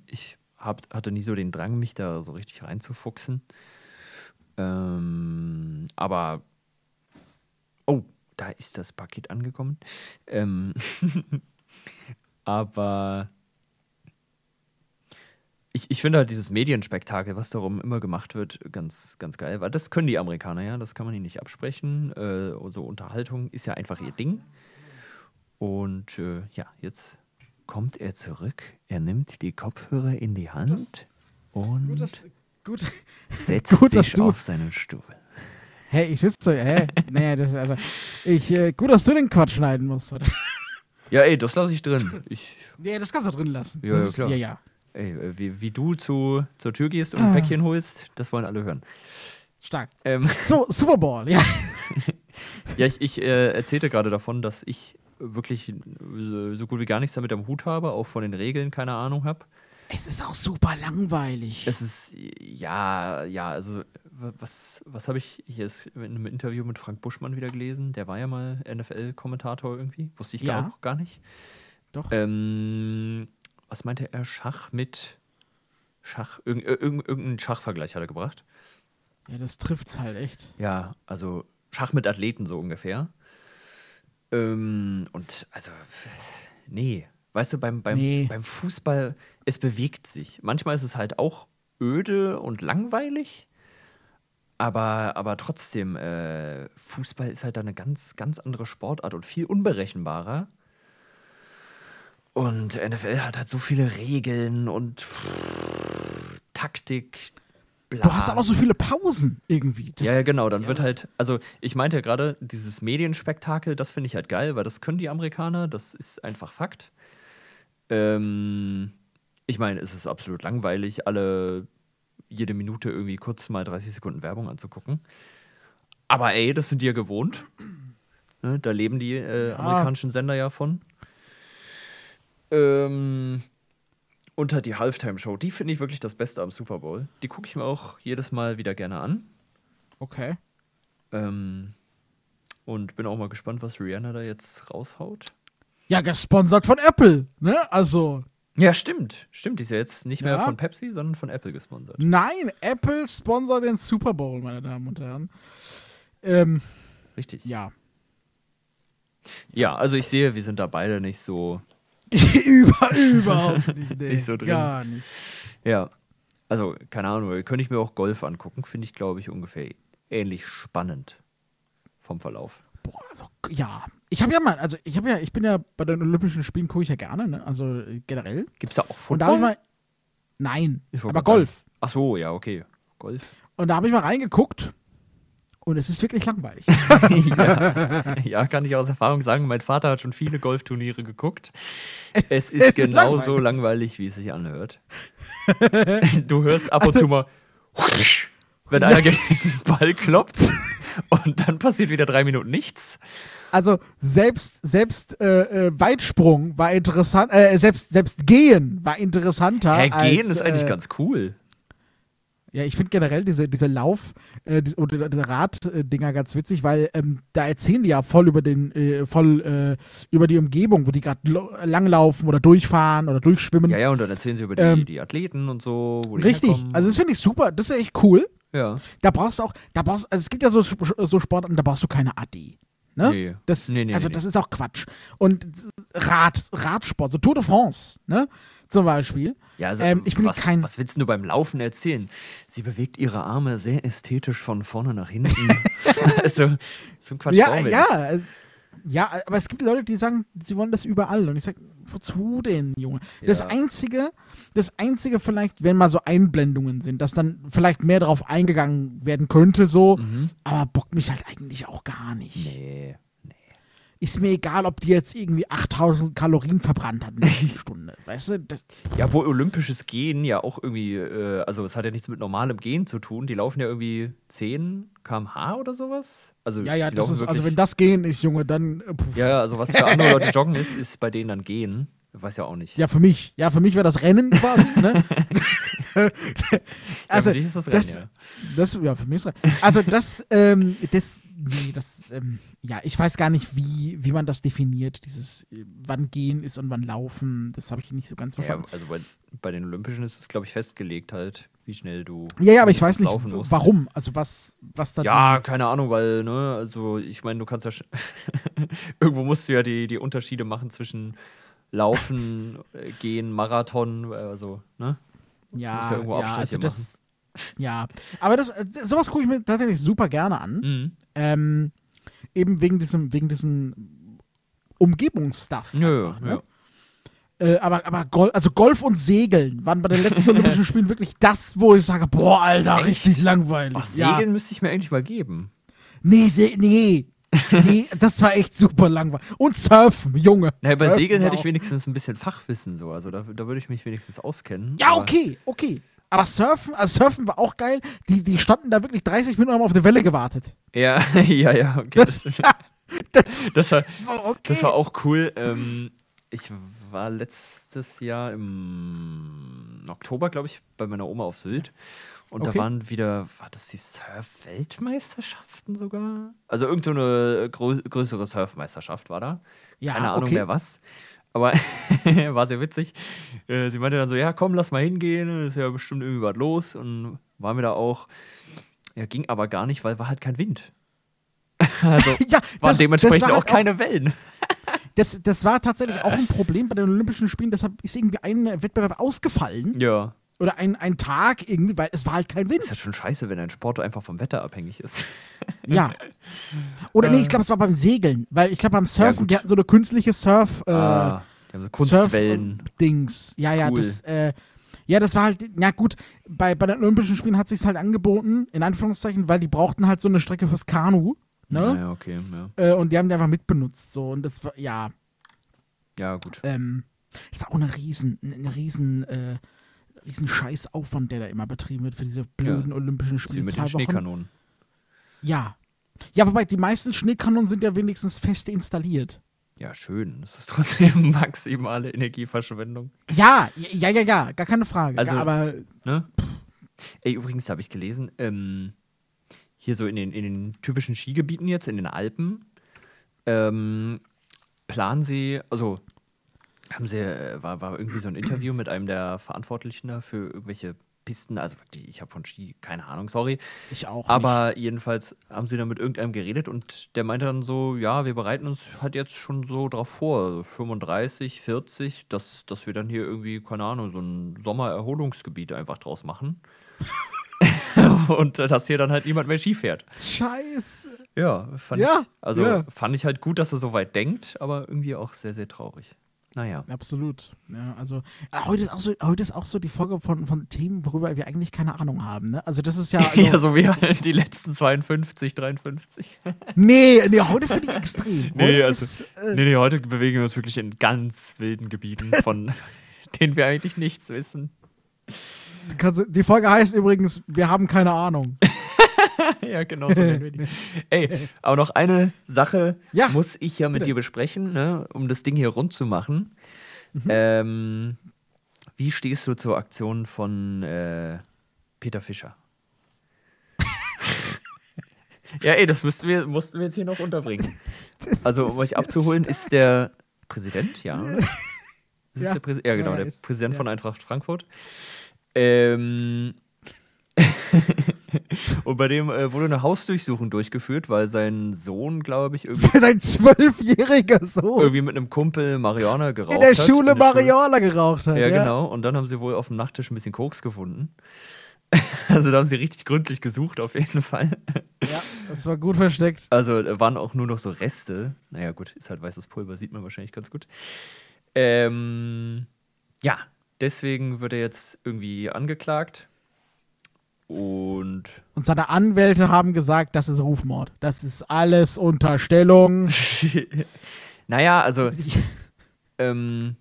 Speaker 2: Ich hab, hatte nie so den Drang, mich da so richtig reinzufuchsen. Ähm, aber. Oh, da ist das Paket angekommen. Ähm, aber. Ich, ich finde halt dieses Medienspektakel, was darum immer gemacht wird, ganz, ganz geil. Weil das können die Amerikaner ja, das kann man ihnen nicht absprechen. Äh, so Unterhaltung ist ja einfach ihr Ding. Und äh, ja, jetzt kommt er zurück. Er nimmt die Kopfhörer in die Hand und
Speaker 3: Gut, dass, gut.
Speaker 2: setzt
Speaker 3: gut, dass
Speaker 2: sich
Speaker 3: du-
Speaker 2: auf seinen Stuhl.
Speaker 3: Hey, ich sitze so, hä? naja, das ist also. Ich, äh, gut, dass du den Quatsch schneiden musst. Oder?
Speaker 2: Ja, ey, das lasse ich drin. Ich,
Speaker 3: Nee, das kannst du drin lassen.
Speaker 2: Ja,
Speaker 3: das
Speaker 2: ja,
Speaker 3: ist,
Speaker 2: klar.
Speaker 3: ja, ja.
Speaker 2: ey, äh, wie, wie du zu, zur Tür gehst und ein Päckchen holst, das wollen alle hören.
Speaker 3: Stark.
Speaker 2: Ähm,
Speaker 3: So, Super Bowl, ja.
Speaker 2: ja, ich, ich äh, erzählte gerade davon, dass ich wirklich äh, so gut wie gar nichts damit am Hut habe, auch von den Regeln keine Ahnung habe.
Speaker 3: Es ist auch super langweilig.
Speaker 2: Es ist, ja, ja, also, wa- was, was habe ich hier ist in einem Interview mit Frank Buschmann wieder gelesen? Der war ja mal NFL-Kommentator irgendwie. Wusste ich
Speaker 3: Ja.
Speaker 2: gar, auch gar nicht.
Speaker 3: Doch.
Speaker 2: Ähm, was meinte er? Schach mit Schach? Irg ir- irg irgendeinen Schachvergleich hat er gebracht.
Speaker 3: Ja, das trifft's halt echt.
Speaker 2: Ja, also Schach mit Athleten so ungefähr. Ähm, und also, nee. Weißt du, beim, beim,
Speaker 3: Nee.
Speaker 2: beim Fußball, es bewegt sich. Manchmal ist es halt auch öde und langweilig. Aber, aber trotzdem, äh, Fußball ist halt da eine ganz, ganz andere Sportart und viel unberechenbarer. Und NFL hat halt so viele Regeln und pff, Taktik. Bla.
Speaker 3: Du hast auch noch so viele Pausen irgendwie. Das,
Speaker 2: Ja, ja, genau, dann wird halt, also ich meinte ja gerade, dieses Medienspektakel, das finde ich halt geil, weil das können die Amerikaner, das ist einfach Fakt. Ähm, ich meine, es ist absolut langweilig, alle jede Minute irgendwie kurz mal 30 Sekunden Werbung anzugucken. Aber ey, das sind die ja gewohnt. Ne, da leben die äh, amerikanischen Sender ja von. Ähm, und halt die Halftime-Show, die finde ich wirklich das Beste am Super Bowl. Die gucke ich mir auch jedes Mal wieder gerne an.
Speaker 3: Okay.
Speaker 2: Ähm, und bin auch mal gespannt, was Rihanna da jetzt raushaut.
Speaker 3: Ja, gesponsert von Apple, ne? Also,
Speaker 2: Ja, stimmt. Stimmt, die ist ja jetzt nicht mehr
Speaker 3: Ja.
Speaker 2: von Pepsi, sondern von Apple gesponsert.
Speaker 3: nein, Apple sponsert den Super Bowl, meine Damen und Herren. Ähm,
Speaker 2: Richtig.
Speaker 3: ja.
Speaker 2: Ja, also ich sehe, wir sind da beide nicht so.
Speaker 3: Über, überhaupt nicht. Nee,
Speaker 2: Nicht so drin.
Speaker 3: Gar nicht.
Speaker 2: Ja. Also, keine Ahnung, könnte ich mir auch Golf angucken. Finde ich, glaube ich, ungefähr ähnlich spannend vom Verlauf.
Speaker 3: Boah, also ja. Ich habe ja mal, also ich habe ja, ich bin ja bei den Olympischen Spielen gucke ich ja gerne, ne? Also äh, generell.
Speaker 2: Gibt es da auch
Speaker 3: Und da habe ich
Speaker 2: Football?
Speaker 3: mal. Nein,
Speaker 2: Ich wollte
Speaker 3: aber
Speaker 2: gerade
Speaker 3: Golf.
Speaker 2: Ach so, ja, okay. Golf.
Speaker 3: Und da habe ich mal reingeguckt und es ist wirklich langweilig.
Speaker 2: ja. ja, kann ich aus Erfahrung sagen. Mein Vater hat schon viele Golfturniere geguckt. Es ist
Speaker 3: Es ist
Speaker 2: genauso langweilig. wie es sich anhört. Du hörst ab und
Speaker 3: Also
Speaker 2: zu mal, husch, wenn einer gegen den Ball klopft und dann passiert wieder drei Minuten nichts.
Speaker 3: Also selbst selbst äh, äh, Weitsprung war interessant, äh, selbst selbst Gehen war interessanter.
Speaker 2: Herr Gehen
Speaker 3: als,
Speaker 2: ist eigentlich
Speaker 3: äh,
Speaker 2: ganz cool.
Speaker 3: Ja, ich finde generell diese diese Lauf äh, dies- oder diese Raddinger ganz witzig, weil ähm, da erzählen die ja voll über den äh, voll äh, über die Umgebung, wo die gerade langlaufen oder durchfahren oder durchschwimmen.
Speaker 2: Ja, ja, und dann erzählen sie über die,
Speaker 3: Ähm,
Speaker 2: die Athleten und so. Wo die
Speaker 3: Richtig.
Speaker 2: herkommen.
Speaker 3: Also das finde ich super, das ist echt cool.
Speaker 2: ja.
Speaker 3: Da brauchst du auch, da brauchst also es gibt ja so, so Sportarten, da brauchst du keine AD. Ne?
Speaker 2: Nee.
Speaker 3: Das,
Speaker 2: Nee, nee,
Speaker 3: also
Speaker 2: nee,
Speaker 3: das ist auch Quatsch. Und Rad, Radsport, so Tour de France, ne? Zum Beispiel.
Speaker 2: Ja, also,
Speaker 3: ähm, ich bin
Speaker 2: was,
Speaker 3: kein.
Speaker 2: was willst du beim Laufen erzählen? Sie bewegt ihre Arme sehr ästhetisch von vorne nach hinten. also, so ein Quatsch.
Speaker 3: ja,
Speaker 2: brauchen wir
Speaker 3: ja,
Speaker 2: nicht.
Speaker 3: es, ja, aber es gibt Leute, die sagen, sie wollen das überall. Und ich sage, wozu denn, Junge? Das
Speaker 2: Ja.
Speaker 3: Einzige, das Einzige vielleicht, wenn mal so Einblendungen sind, dass dann vielleicht mehr drauf eingegangen werden könnte, so, aber bockt mich halt eigentlich auch gar nicht.
Speaker 2: Mhm. Nee.
Speaker 3: ist mir egal, ob die jetzt irgendwie 8000 Kalorien verbrannt hat in der Stunde. Weißt du, das,
Speaker 2: Ja, wo olympisches Gehen ja auch irgendwie, äh, also es hat ja nichts mit normalem Gehen zu tun. Die laufen ja irgendwie 10 km/h oder sowas. Also
Speaker 3: ja, ja,
Speaker 2: die
Speaker 3: das
Speaker 2: laufen
Speaker 3: ist, also
Speaker 2: wirklich-
Speaker 3: wenn das gehen ist, Junge, dann, äh, puh.
Speaker 2: ja,
Speaker 3: Ja.
Speaker 2: ja, also was für andere Leute joggen ist, ist bei denen dann Gehen. Weiß ja auch nicht.
Speaker 3: für mich. Ja, für mich wäre das Rennen quasi, ne? also,
Speaker 2: für dich ist das
Speaker 3: das,
Speaker 2: rein,
Speaker 3: das, ja, für mich ist rein. Also, das, ähm, das, nee, das, ähm, ja, ich weiß gar nicht, wie, wie man das definiert, dieses, äh, wann gehen ist und wann laufen, das habe ich nicht so ganz
Speaker 2: Ja,
Speaker 3: verstanden.
Speaker 2: also bei, bei den Olympischen ist es, glaube ich, festgelegt halt, wie schnell du.
Speaker 3: Ja, ja, aber ich weiß
Speaker 2: mindestens
Speaker 3: nicht,
Speaker 2: laufen musst.
Speaker 3: warum, also was, was da,
Speaker 2: Ja, keine Ahnung, weil, ne, also ich meine, du kannst ja. sch- Irgendwo musst du ja die, die Unterschiede machen zwischen Laufen, äh, Gehen, Marathon, äh, also, ne?
Speaker 3: ja,
Speaker 2: musst ja irgendwo Abstriche
Speaker 3: also das, ja, aber das, äh, sowas gucke ich mir tatsächlich super gerne an.
Speaker 2: Mhm.
Speaker 3: Ähm, eben wegen diesem, wegen diesem Umgebungsstuff.
Speaker 2: Nö,
Speaker 3: einfach,
Speaker 2: nö.
Speaker 3: ne? Äh, aber aber Gol also Golf und Segeln waren bei den letzten Olympischen Spielen wirklich das, wo ich sage, boah, Alter, richtig langweilig.
Speaker 2: Ach,
Speaker 3: Ja.
Speaker 2: Segeln müsste ich mir eigentlich mal geben.
Speaker 3: Nee, se nee. nee, das war echt super langweilig. Und Surfen, Junge.
Speaker 2: Na, bei
Speaker 3: Surfen
Speaker 2: Segeln
Speaker 3: war
Speaker 2: hätte ich
Speaker 3: auch-
Speaker 2: wenigstens ein bisschen Fachwissen so. Also da, da würde ich mich wenigstens auskennen.
Speaker 3: Ja,
Speaker 2: aber-
Speaker 3: okay, okay. Aber Surfen, also Surfen war auch geil. Die, die standen da wirklich 30 Minuten haben auf eine Welle gewartet.
Speaker 2: Ja, ja, ja, okay.
Speaker 3: Das,
Speaker 2: stimmt.
Speaker 3: das,
Speaker 2: das war,
Speaker 3: so, okay.
Speaker 2: Das war auch cool. Ähm, ich war letztes Jahr im Oktober, glaube ich, bei meiner Oma auf Sylt. Und
Speaker 3: Okay.
Speaker 2: da waren wieder, war das die Surf-Weltmeisterschaften sogar? Also irgend so eine grö größere Surfmeisterschaft war da.
Speaker 3: Ja,
Speaker 2: Keine Ahnung,
Speaker 3: okay.
Speaker 2: wer was. Aber war sehr witzig. Äh, Sie meinte dann so, ja komm, lass mal hingehen, ist ja bestimmt irgendwie was los. Und waren wir da auch. Ja, ging aber gar nicht, weil war halt kein Wind. Also waren
Speaker 3: ja, das- das
Speaker 2: dementsprechend
Speaker 3: war
Speaker 2: auch
Speaker 3: halt
Speaker 2: keine Äh. Wellen.
Speaker 3: Das, das war tatsächlich auch ein Problem bei den Olympischen Spielen, deshalb ist irgendwie ein Wettbewerb ausgefallen
Speaker 2: Ja.
Speaker 3: oder ein, ein Tag irgendwie, weil es war halt kein Wind.
Speaker 2: Ist halt schon scheiße, wenn ein Sport einfach vom Wetter abhängig ist.
Speaker 3: Ja. Oder nee, ich glaube, es war beim Segeln, weil ich glaube beim Surfen,
Speaker 2: gut.
Speaker 3: die hatten so eine künstliche Surf äh,
Speaker 2: ah, die haben so
Speaker 3: Surf
Speaker 2: Kunstwellen.
Speaker 3: Dings. Ja, ja,
Speaker 2: Cool.
Speaker 3: das äh, ja, das war halt, na gut, bei, bei den Olympischen Spielen hat sich's halt angeboten, in Anführungszeichen, weil die brauchten halt so eine Strecke fürs Kanu,
Speaker 2: Ja,
Speaker 3: ne?
Speaker 2: ja, okay. Ja,
Speaker 3: Äh, und die haben die einfach mitbenutzt, so. Und das war, ja,
Speaker 2: ja gut.
Speaker 3: Ähm, das ist auch eine riesen, eine riesen, äh, riesen Scheißaufwand, der da immer betrieben wird für diese blöden Olympischen
Speaker 2: Sie
Speaker 3: Spiele.
Speaker 2: mit
Speaker 3: Zwei
Speaker 2: den
Speaker 3: Wochen.
Speaker 2: Schneekanonen.
Speaker 3: Ja. Ja, wobei die meisten Schneekanonen sind ja wenigstens fest installiert.
Speaker 2: Ja, schön. Das ist trotzdem maximale Energieverschwendung.
Speaker 3: Ja, ja, ja, ja, ja, gar keine Frage.
Speaker 2: Also-
Speaker 3: ja, aber
Speaker 2: Ne? Ey, übrigens habe ich gelesen, ähm, hier so in den, in den typischen Skigebieten jetzt, in den Alpen, ähm, planen sie, also haben sie, äh, war, war irgendwie so ein Interview mit einem der Verantwortlichen da für irgendwelche Pisten, also wirklich, ich habe von Ski keine Ahnung, sorry.
Speaker 3: ich auch. nicht.
Speaker 2: Aber jedenfalls haben sie dann mit irgendeinem geredet und der meinte dann so, ja, wir bereiten uns halt jetzt schon so drauf vor, also 35, 40, dass, dass wir dann hier irgendwie, keine Ahnung, so ein Sommererholungsgebiet einfach draus machen. und äh, dass hier dann halt niemand mehr Ski fährt.
Speaker 3: Scheiße.
Speaker 2: Ja, fand
Speaker 3: Ja,
Speaker 2: ich. Also
Speaker 3: ja.
Speaker 2: fand ich halt gut, dass er so weit denkt, aber irgendwie auch sehr, sehr traurig. Naja.
Speaker 3: Absolut. Ja, also äh, heute ist auch so, heute ist auch so die Folge von, von Themen, worüber wir eigentlich keine Ahnung haben. Ne? Also das ist ja. Also,
Speaker 2: Ja, so wie halt die letzten 52, 53.
Speaker 3: Nee, nee, heute finde ich extrem. Heute
Speaker 2: Nee, also,
Speaker 3: ist, äh,
Speaker 2: nee, nee, heute bewegen wir uns wirklich in ganz wilden Gebieten, von denen wir eigentlich nichts wissen.
Speaker 3: kannst du- die Folge heißt übrigens, wir haben keine Ahnung.
Speaker 2: ja, genau. So nennen wir die. Ey, aber noch eine Sache
Speaker 3: Ja,
Speaker 2: muss ich ja mit dir besprechen, ne, um das Ding hier rund zu machen.
Speaker 3: Mhm.
Speaker 2: Ähm, wie stehst du zur Aktion von äh, Peter Fischer? ja, ey, das müssten wir, mussten wir jetzt hier noch unterbringen. Also, um euch abzuholen, ist der Präsident, ja. oder? Das
Speaker 3: Ja.
Speaker 2: Ist der Präsi ja, genau,
Speaker 3: Ja,
Speaker 2: der
Speaker 3: ist-
Speaker 2: Präsident
Speaker 3: ja.
Speaker 2: von Eintracht Frankfurt. Ähm, und bei dem äh, wurde eine Hausdurchsuchung durchgeführt, weil sein Sohn, glaube ich, irgendwie,
Speaker 3: Weil sein zwölfjähriger Sohn
Speaker 2: irgendwie mit einem Kumpel Marihuana geraucht
Speaker 3: in
Speaker 2: hat.
Speaker 3: der Schule
Speaker 2: Marihuana.
Speaker 3: Marihuana geraucht hat.
Speaker 2: Ja, genau. Und dann haben sie wohl auf dem Nachttisch ein bisschen Koks gefunden. Also da haben sie richtig gründlich gesucht, auf jeden Fall.
Speaker 3: Ja, das war gut versteckt.
Speaker 2: Also da waren auch nur noch so Reste. Naja, gut, ist halt weißes Pulver, sieht man wahrscheinlich ganz gut. Ähm, ja, deswegen wird er jetzt irgendwie angeklagt. Und
Speaker 3: Und seine Anwälte haben gesagt, das ist Rufmord. Das ist alles Unterstellung.
Speaker 2: naja, also ähm,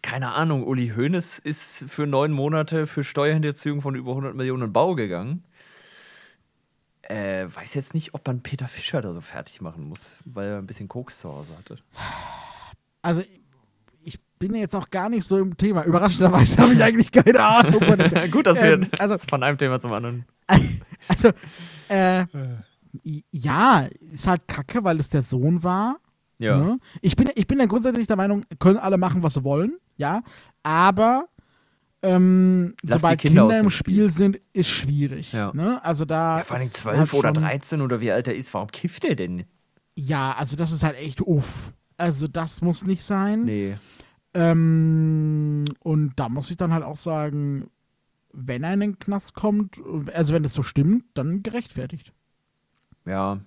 Speaker 2: keine Ahnung, Uli Hoeneß ist für neun Monate für Steuerhinterziehung von über 100 Millionen in Bau gegangen. Äh, weiß jetzt nicht, ob man Peter Fischer da so fertig machen muss, weil er ein bisschen Koks zu Hause hatte.
Speaker 3: Also, ich bin ja jetzt auch gar nicht so im Thema. Überraschenderweise habe ich eigentlich keine Ahnung.
Speaker 2: Gut, dass
Speaker 3: Ähm,
Speaker 2: wir
Speaker 3: also-
Speaker 2: von einem Thema zum anderen.
Speaker 3: Also, äh, ja, ist halt kacke, weil es der Sohn war.
Speaker 2: Ja.
Speaker 3: Ne? Ich, bin, ich bin ja grundsätzlich der Meinung, können alle machen, was sie wollen, ja. Aber ähm,
Speaker 2: Lass die
Speaker 3: sobald
Speaker 2: Kinder
Speaker 3: Kinder,
Speaker 2: aus dem
Speaker 3: im Spiel sind, ist schwierig.
Speaker 2: Ja.
Speaker 3: Ne? Also da.
Speaker 2: Ja, vor allem
Speaker 3: ist
Speaker 2: 12
Speaker 3: halt
Speaker 2: oder
Speaker 3: schon-
Speaker 2: 13 oder wie alt er ist, warum kifft er denn?
Speaker 3: Ja, also das ist halt echt uff. Also das muss nicht sein.
Speaker 2: Nee.
Speaker 3: Ähm, und da muss ich dann halt auch sagen, wenn er in den Knast kommt, also wenn das so stimmt, dann gerechtfertigt.
Speaker 2: Ja.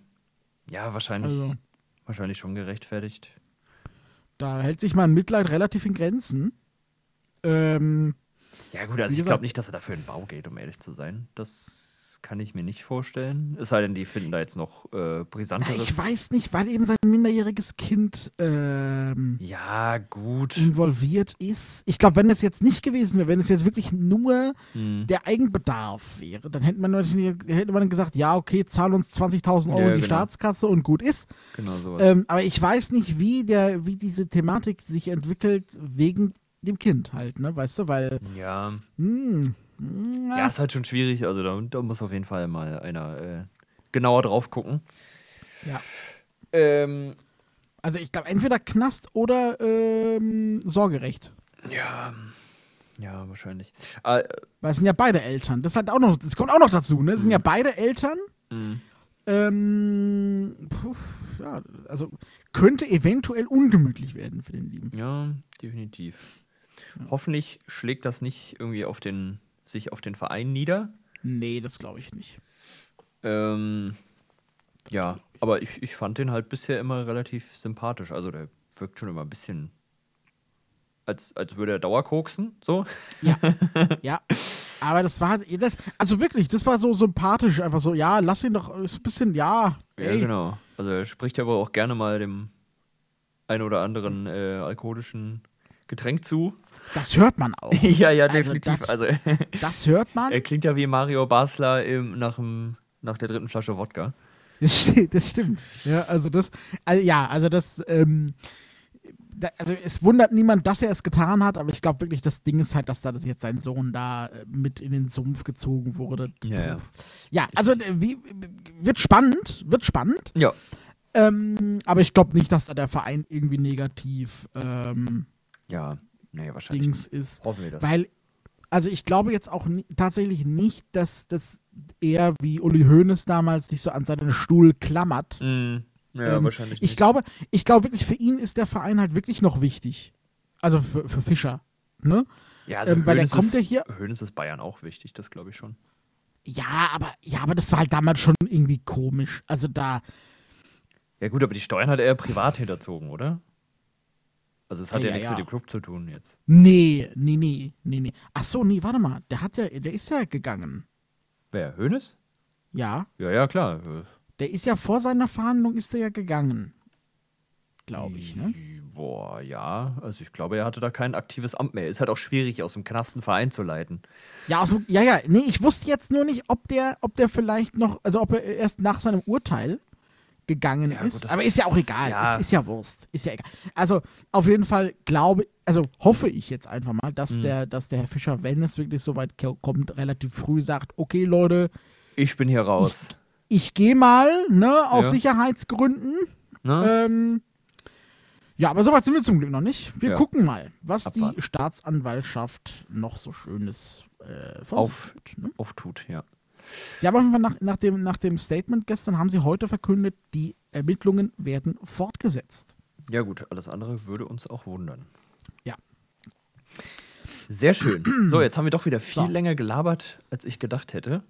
Speaker 2: Ja, wahrscheinlich.
Speaker 3: Also.
Speaker 2: Wahrscheinlich schon gerechtfertigt.
Speaker 3: Da hält sich mein Mitleid relativ in Grenzen. Ähm,
Speaker 2: Ja, gut, also
Speaker 3: Wie
Speaker 2: ich
Speaker 3: gesagt-
Speaker 2: glaube nicht, dass er dafür in den Bau geht, um ehrlich zu sein. Das kann ich mir nicht vorstellen. Es sei denn, die finden da jetzt noch äh,
Speaker 3: Na,
Speaker 2: brisanteres.
Speaker 3: ich weiß nicht, weil eben sein minderjähriges Kind ähm,
Speaker 2: Ja, gut.
Speaker 3: Hm. involviert ist. Ich glaube, wenn es jetzt nicht gewesen wäre, wenn es jetzt wirklich nur
Speaker 2: Hm.
Speaker 3: der Eigenbedarf wäre, dann hätte man natürlich hätte man gesagt, ja, okay, zahl uns 20.000 Euro
Speaker 2: Ja,
Speaker 3: in die
Speaker 2: genau.
Speaker 3: Staatskasse und gut ist.
Speaker 2: Genau sowas.
Speaker 3: Ähm, aber ich weiß nicht, wie, der, wie diese Thematik sich entwickelt wegen dem Kind halt, ne, weißt du, weil
Speaker 2: ja.
Speaker 3: hm,
Speaker 2: ja, ist halt schon schwierig. Also da, da muss auf jeden Fall mal einer äh, genauer drauf gucken.
Speaker 3: ja.
Speaker 2: Ähm,
Speaker 3: Also ich glaube, entweder Knast oder ähm, Sorgerecht.
Speaker 2: ja. Ja, wahrscheinlich. Ah,
Speaker 3: Weil es sind ja beide Eltern. Das, hat auch noch, das kommt auch noch dazu, ne? Es
Speaker 2: Mhm.
Speaker 3: sind ja beide Eltern.
Speaker 2: mh.
Speaker 3: Hm. Ähm, puh, ja, also könnte eventuell ungemütlich werden für den Lieben.
Speaker 2: Ja, definitiv. Hoffentlich schlägt das nicht irgendwie auf den, sich auf den Verein nieder.
Speaker 3: Nee, das glaube ich nicht.
Speaker 2: Ähm, ja, aber ich, ich fand den halt bisher immer relativ sympathisch. Also der wirkt schon immer ein bisschen, als, als würde er Dauerkoksen, so.
Speaker 3: Ja. ja. Aber das war halt, das, also wirklich, das war so sympathisch. Einfach so, ja, lass ihn doch, ist ein bisschen, ja.
Speaker 2: Ja,
Speaker 3: ey.
Speaker 2: genau. Also er spricht aber auch gerne mal dem ein oder anderen äh, alkoholischen Getränk zu.
Speaker 3: Das hört man auch.
Speaker 2: ja, ja,
Speaker 3: Also
Speaker 2: definitiv.
Speaker 3: das-
Speaker 2: Also,
Speaker 3: Das hört man.
Speaker 2: er klingt ja wie Mario Basler im, nach, dem, nach der dritten Flasche Wodka.
Speaker 3: Das, sti- das stimmt. Ja, also das, also ja, also das, ähm, da, also es wundert niemand, dass er es getan hat, aber ich glaube wirklich, das Ding ist halt, dass da dass jetzt sein Sohn da äh, mit in den Sumpf gezogen wurde.
Speaker 2: Ja, ja.
Speaker 3: Ja, also äh, wie, wird spannend, wird spannend,
Speaker 2: Ja,
Speaker 3: ähm, aber ich glaube nicht, dass da der Verein irgendwie negativ ähm,
Speaker 2: Ja, nee, wahrscheinlich.
Speaker 3: Dings ist.
Speaker 2: nicht. Hoffen wir das.
Speaker 3: Weil, also ich glaube jetzt auch ni- tatsächlich nicht, dass, dass er wie Uli Hoeneß damals sich so an seinen Stuhl klammert.
Speaker 2: Mm, ja,
Speaker 3: Ähm,
Speaker 2: wahrscheinlich
Speaker 3: Ich glaube, ich glaube wirklich, für ihn ist der Verein halt wirklich noch wichtig. Also für, für Fischer. Ne?
Speaker 2: ja,
Speaker 3: ähm, weil der
Speaker 2: Hoeneß
Speaker 3: kommt
Speaker 2: ist,
Speaker 3: ja hier-
Speaker 2: Hoeneß ist Bayern auch wichtig, das glaube ich schon.
Speaker 3: Ja, aber ja, aber das war halt damals schon irgendwie komisch. Also da,
Speaker 2: Ja, gut, aber die Steuern hat er ja privat hinterzogen, oder? Also, es hat ja,
Speaker 3: Ja, ja,
Speaker 2: nichts mit
Speaker 3: ja.
Speaker 2: dem Club zu tun jetzt.
Speaker 3: nee, nee, nee, nee, nee. Ach so, nee, warte mal, der hat ja, der ist ja gegangen.
Speaker 2: Wer? Hoeneß?
Speaker 3: Ja,
Speaker 2: Ja, ja, klar. äh,
Speaker 3: der ist ja vor seiner Verhandlung ist er ja gegangen, glaube ich. Ne?
Speaker 2: Mhm. Boah, ja. Also, ich glaube, er hatte da kein aktives Amt mehr. Ist halt auch schwierig, aus dem Knast einen Verein zu leiten.
Speaker 3: Ja, aus dem, ja, ja, nee, ich wusste jetzt nur nicht, ob der, ob der vielleicht noch, also ob er erst nach seinem Urteil gegangen
Speaker 2: Ja, gut,
Speaker 3: ist.
Speaker 2: das-
Speaker 3: Aber ist ja auch egal.
Speaker 2: ja.
Speaker 3: Ist, ist ja Wurst. Ist ja egal. Also auf jeden Fall glaube, also hoffe ich jetzt einfach mal, dass
Speaker 2: Mhm.
Speaker 3: der, dass der Herr Fischer, wenn es wirklich so weit ke- kommt, relativ früh sagt, okay, Leute,
Speaker 2: Ich bin hier raus.
Speaker 3: ich gehe mal, ne, aus
Speaker 2: Ja.
Speaker 3: Sicherheitsgründen.
Speaker 2: ne?
Speaker 3: Ähm, ja, aber soweit sind wir zum Glück noch nicht. Wir
Speaker 2: Ja.
Speaker 3: gucken mal, was
Speaker 2: Abwarten.
Speaker 3: die Staatsanwaltschaft noch so Schönes äh, von sich
Speaker 2: Auf,
Speaker 3: führt, ne?
Speaker 2: auftut, ja.
Speaker 3: Sie haben auf jeden Fall nach, nach, dem, nach dem Statement gestern, haben Sie heute verkündet, die Ermittlungen werden fortgesetzt.
Speaker 2: Ja, gut, alles andere würde uns auch wundern.
Speaker 3: Ja.
Speaker 2: Sehr schön. So, jetzt haben wir doch wieder viel
Speaker 3: So.
Speaker 2: länger gelabert, als ich gedacht hätte.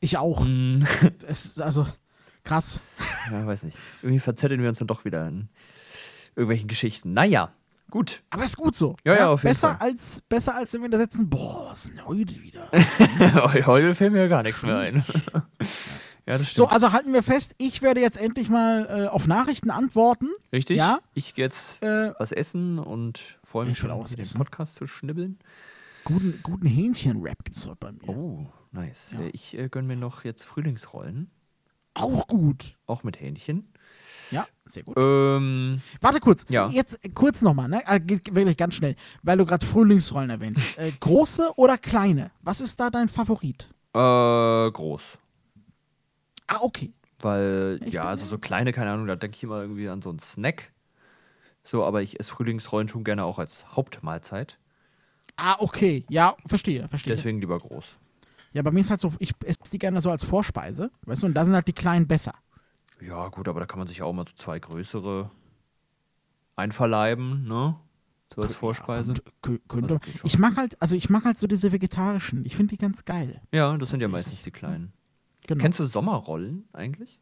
Speaker 3: Ich auch.
Speaker 2: Mm,
Speaker 3: Es ist also krass.
Speaker 2: ja, weiß nicht. Irgendwie verzetteln wir uns dann doch wieder in irgendwelchen Geschichten. Naja, gut.
Speaker 3: Aber ist gut so. ne?
Speaker 2: Ja, ja, auf jeden
Speaker 3: besser
Speaker 2: Fall.
Speaker 3: Als, besser als wenn wir da sitzen, boah, was ist denn heute wieder?
Speaker 2: Heute fällt mir ja gar nichts mehr ein. ja, das stimmt.
Speaker 3: so, also halten wir fest, ich werde jetzt endlich mal äh, auf Nachrichten antworten.
Speaker 2: Richtig?
Speaker 3: ja.
Speaker 2: Ich gehe jetzt
Speaker 3: Äh,
Speaker 2: was essen und freue mich
Speaker 3: Ich will
Speaker 2: schon,
Speaker 3: auch was
Speaker 2: den
Speaker 3: essen.
Speaker 2: Podcast zu schnibbeln.
Speaker 3: guten guten Hähnchen-Rap gibt es heute bei mir.
Speaker 2: Oh, nice. Äh, Ich äh, gönne mir noch jetzt Frühlingsrollen,
Speaker 3: Auch gut.
Speaker 2: auch mit Hähnchen.
Speaker 3: Ja, sehr gut.
Speaker 2: Ähm,
Speaker 3: Warte kurz,
Speaker 2: Ja.
Speaker 3: jetzt äh, kurz nochmal, ne? Äh, geht wirklich ganz schnell, weil du gerade Frühlingsrollen erwähnst. Äh, große oder kleine? Was ist da dein Favorit?
Speaker 2: äh, groß.
Speaker 3: Ah, okay.
Speaker 2: Weil, ja, also so kleine, keine Ahnung, da denke ich immer irgendwie an so einen Snack. So, aber ich esse Frühlingsrollen schon gerne auch als Hauptmahlzeit.
Speaker 3: Ah, okay. Ja, verstehe, verstehe.
Speaker 2: Deswegen lieber groß.
Speaker 3: Ja, bei mir ist halt so, ich esse die gerne so als Vorspeise, weißt du, und da sind halt die kleinen besser.
Speaker 2: Ja, gut, aber da kann man sich auch mal so zwei größere einverleiben, ne? So als Vorspeise.
Speaker 3: Und kö- könnte.
Speaker 2: geht schon.
Speaker 3: ich mag halt, also ich mag halt so diese vegetarischen. Ich finde die ganz geil.
Speaker 2: Ja, das sind ja meistens die kleinen.
Speaker 3: Genau.
Speaker 2: Kennst du Sommerrollen eigentlich?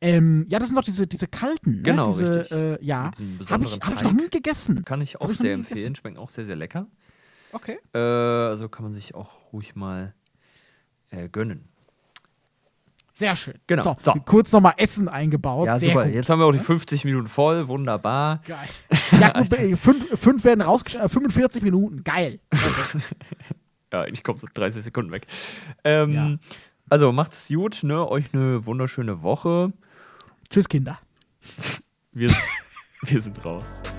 Speaker 3: ähm, ja, das sind doch diese, diese kalten. Ne?
Speaker 2: Genau,
Speaker 3: diese,
Speaker 2: richtig.
Speaker 3: Äh, ja,
Speaker 2: Mit diesem
Speaker 3: habe ich,
Speaker 2: besonderen
Speaker 3: hab ich noch
Speaker 2: Teig.
Speaker 3: nie gegessen.
Speaker 2: Kann ich
Speaker 3: Hab
Speaker 2: auch
Speaker 3: ich noch nie
Speaker 2: sehr
Speaker 3: gegessen.
Speaker 2: empfehlen, schmecken auch sehr, sehr lecker.
Speaker 3: Okay.
Speaker 2: Äh, also kann man sich auch ruhig mal äh, gönnen.
Speaker 3: Sehr schön.
Speaker 2: Genau.
Speaker 3: So,
Speaker 2: So.
Speaker 3: kurz nochmal Essen eingebaut.
Speaker 2: Ja,
Speaker 3: Sehr
Speaker 2: super.
Speaker 3: gut.
Speaker 2: Jetzt haben wir auch die 50 Minuten voll, wunderbar.
Speaker 3: Geil. Ja, gut, äh, fünf, fünf werden rausgeschnitten. 45 Minuten. Geil.
Speaker 2: Ja, ich komme so 30 Sekunden weg. Ähm, Also macht's gut, ne? Euch eine wunderschöne Woche.
Speaker 3: Tschüss, Kinder.
Speaker 2: Wir, wir sind raus.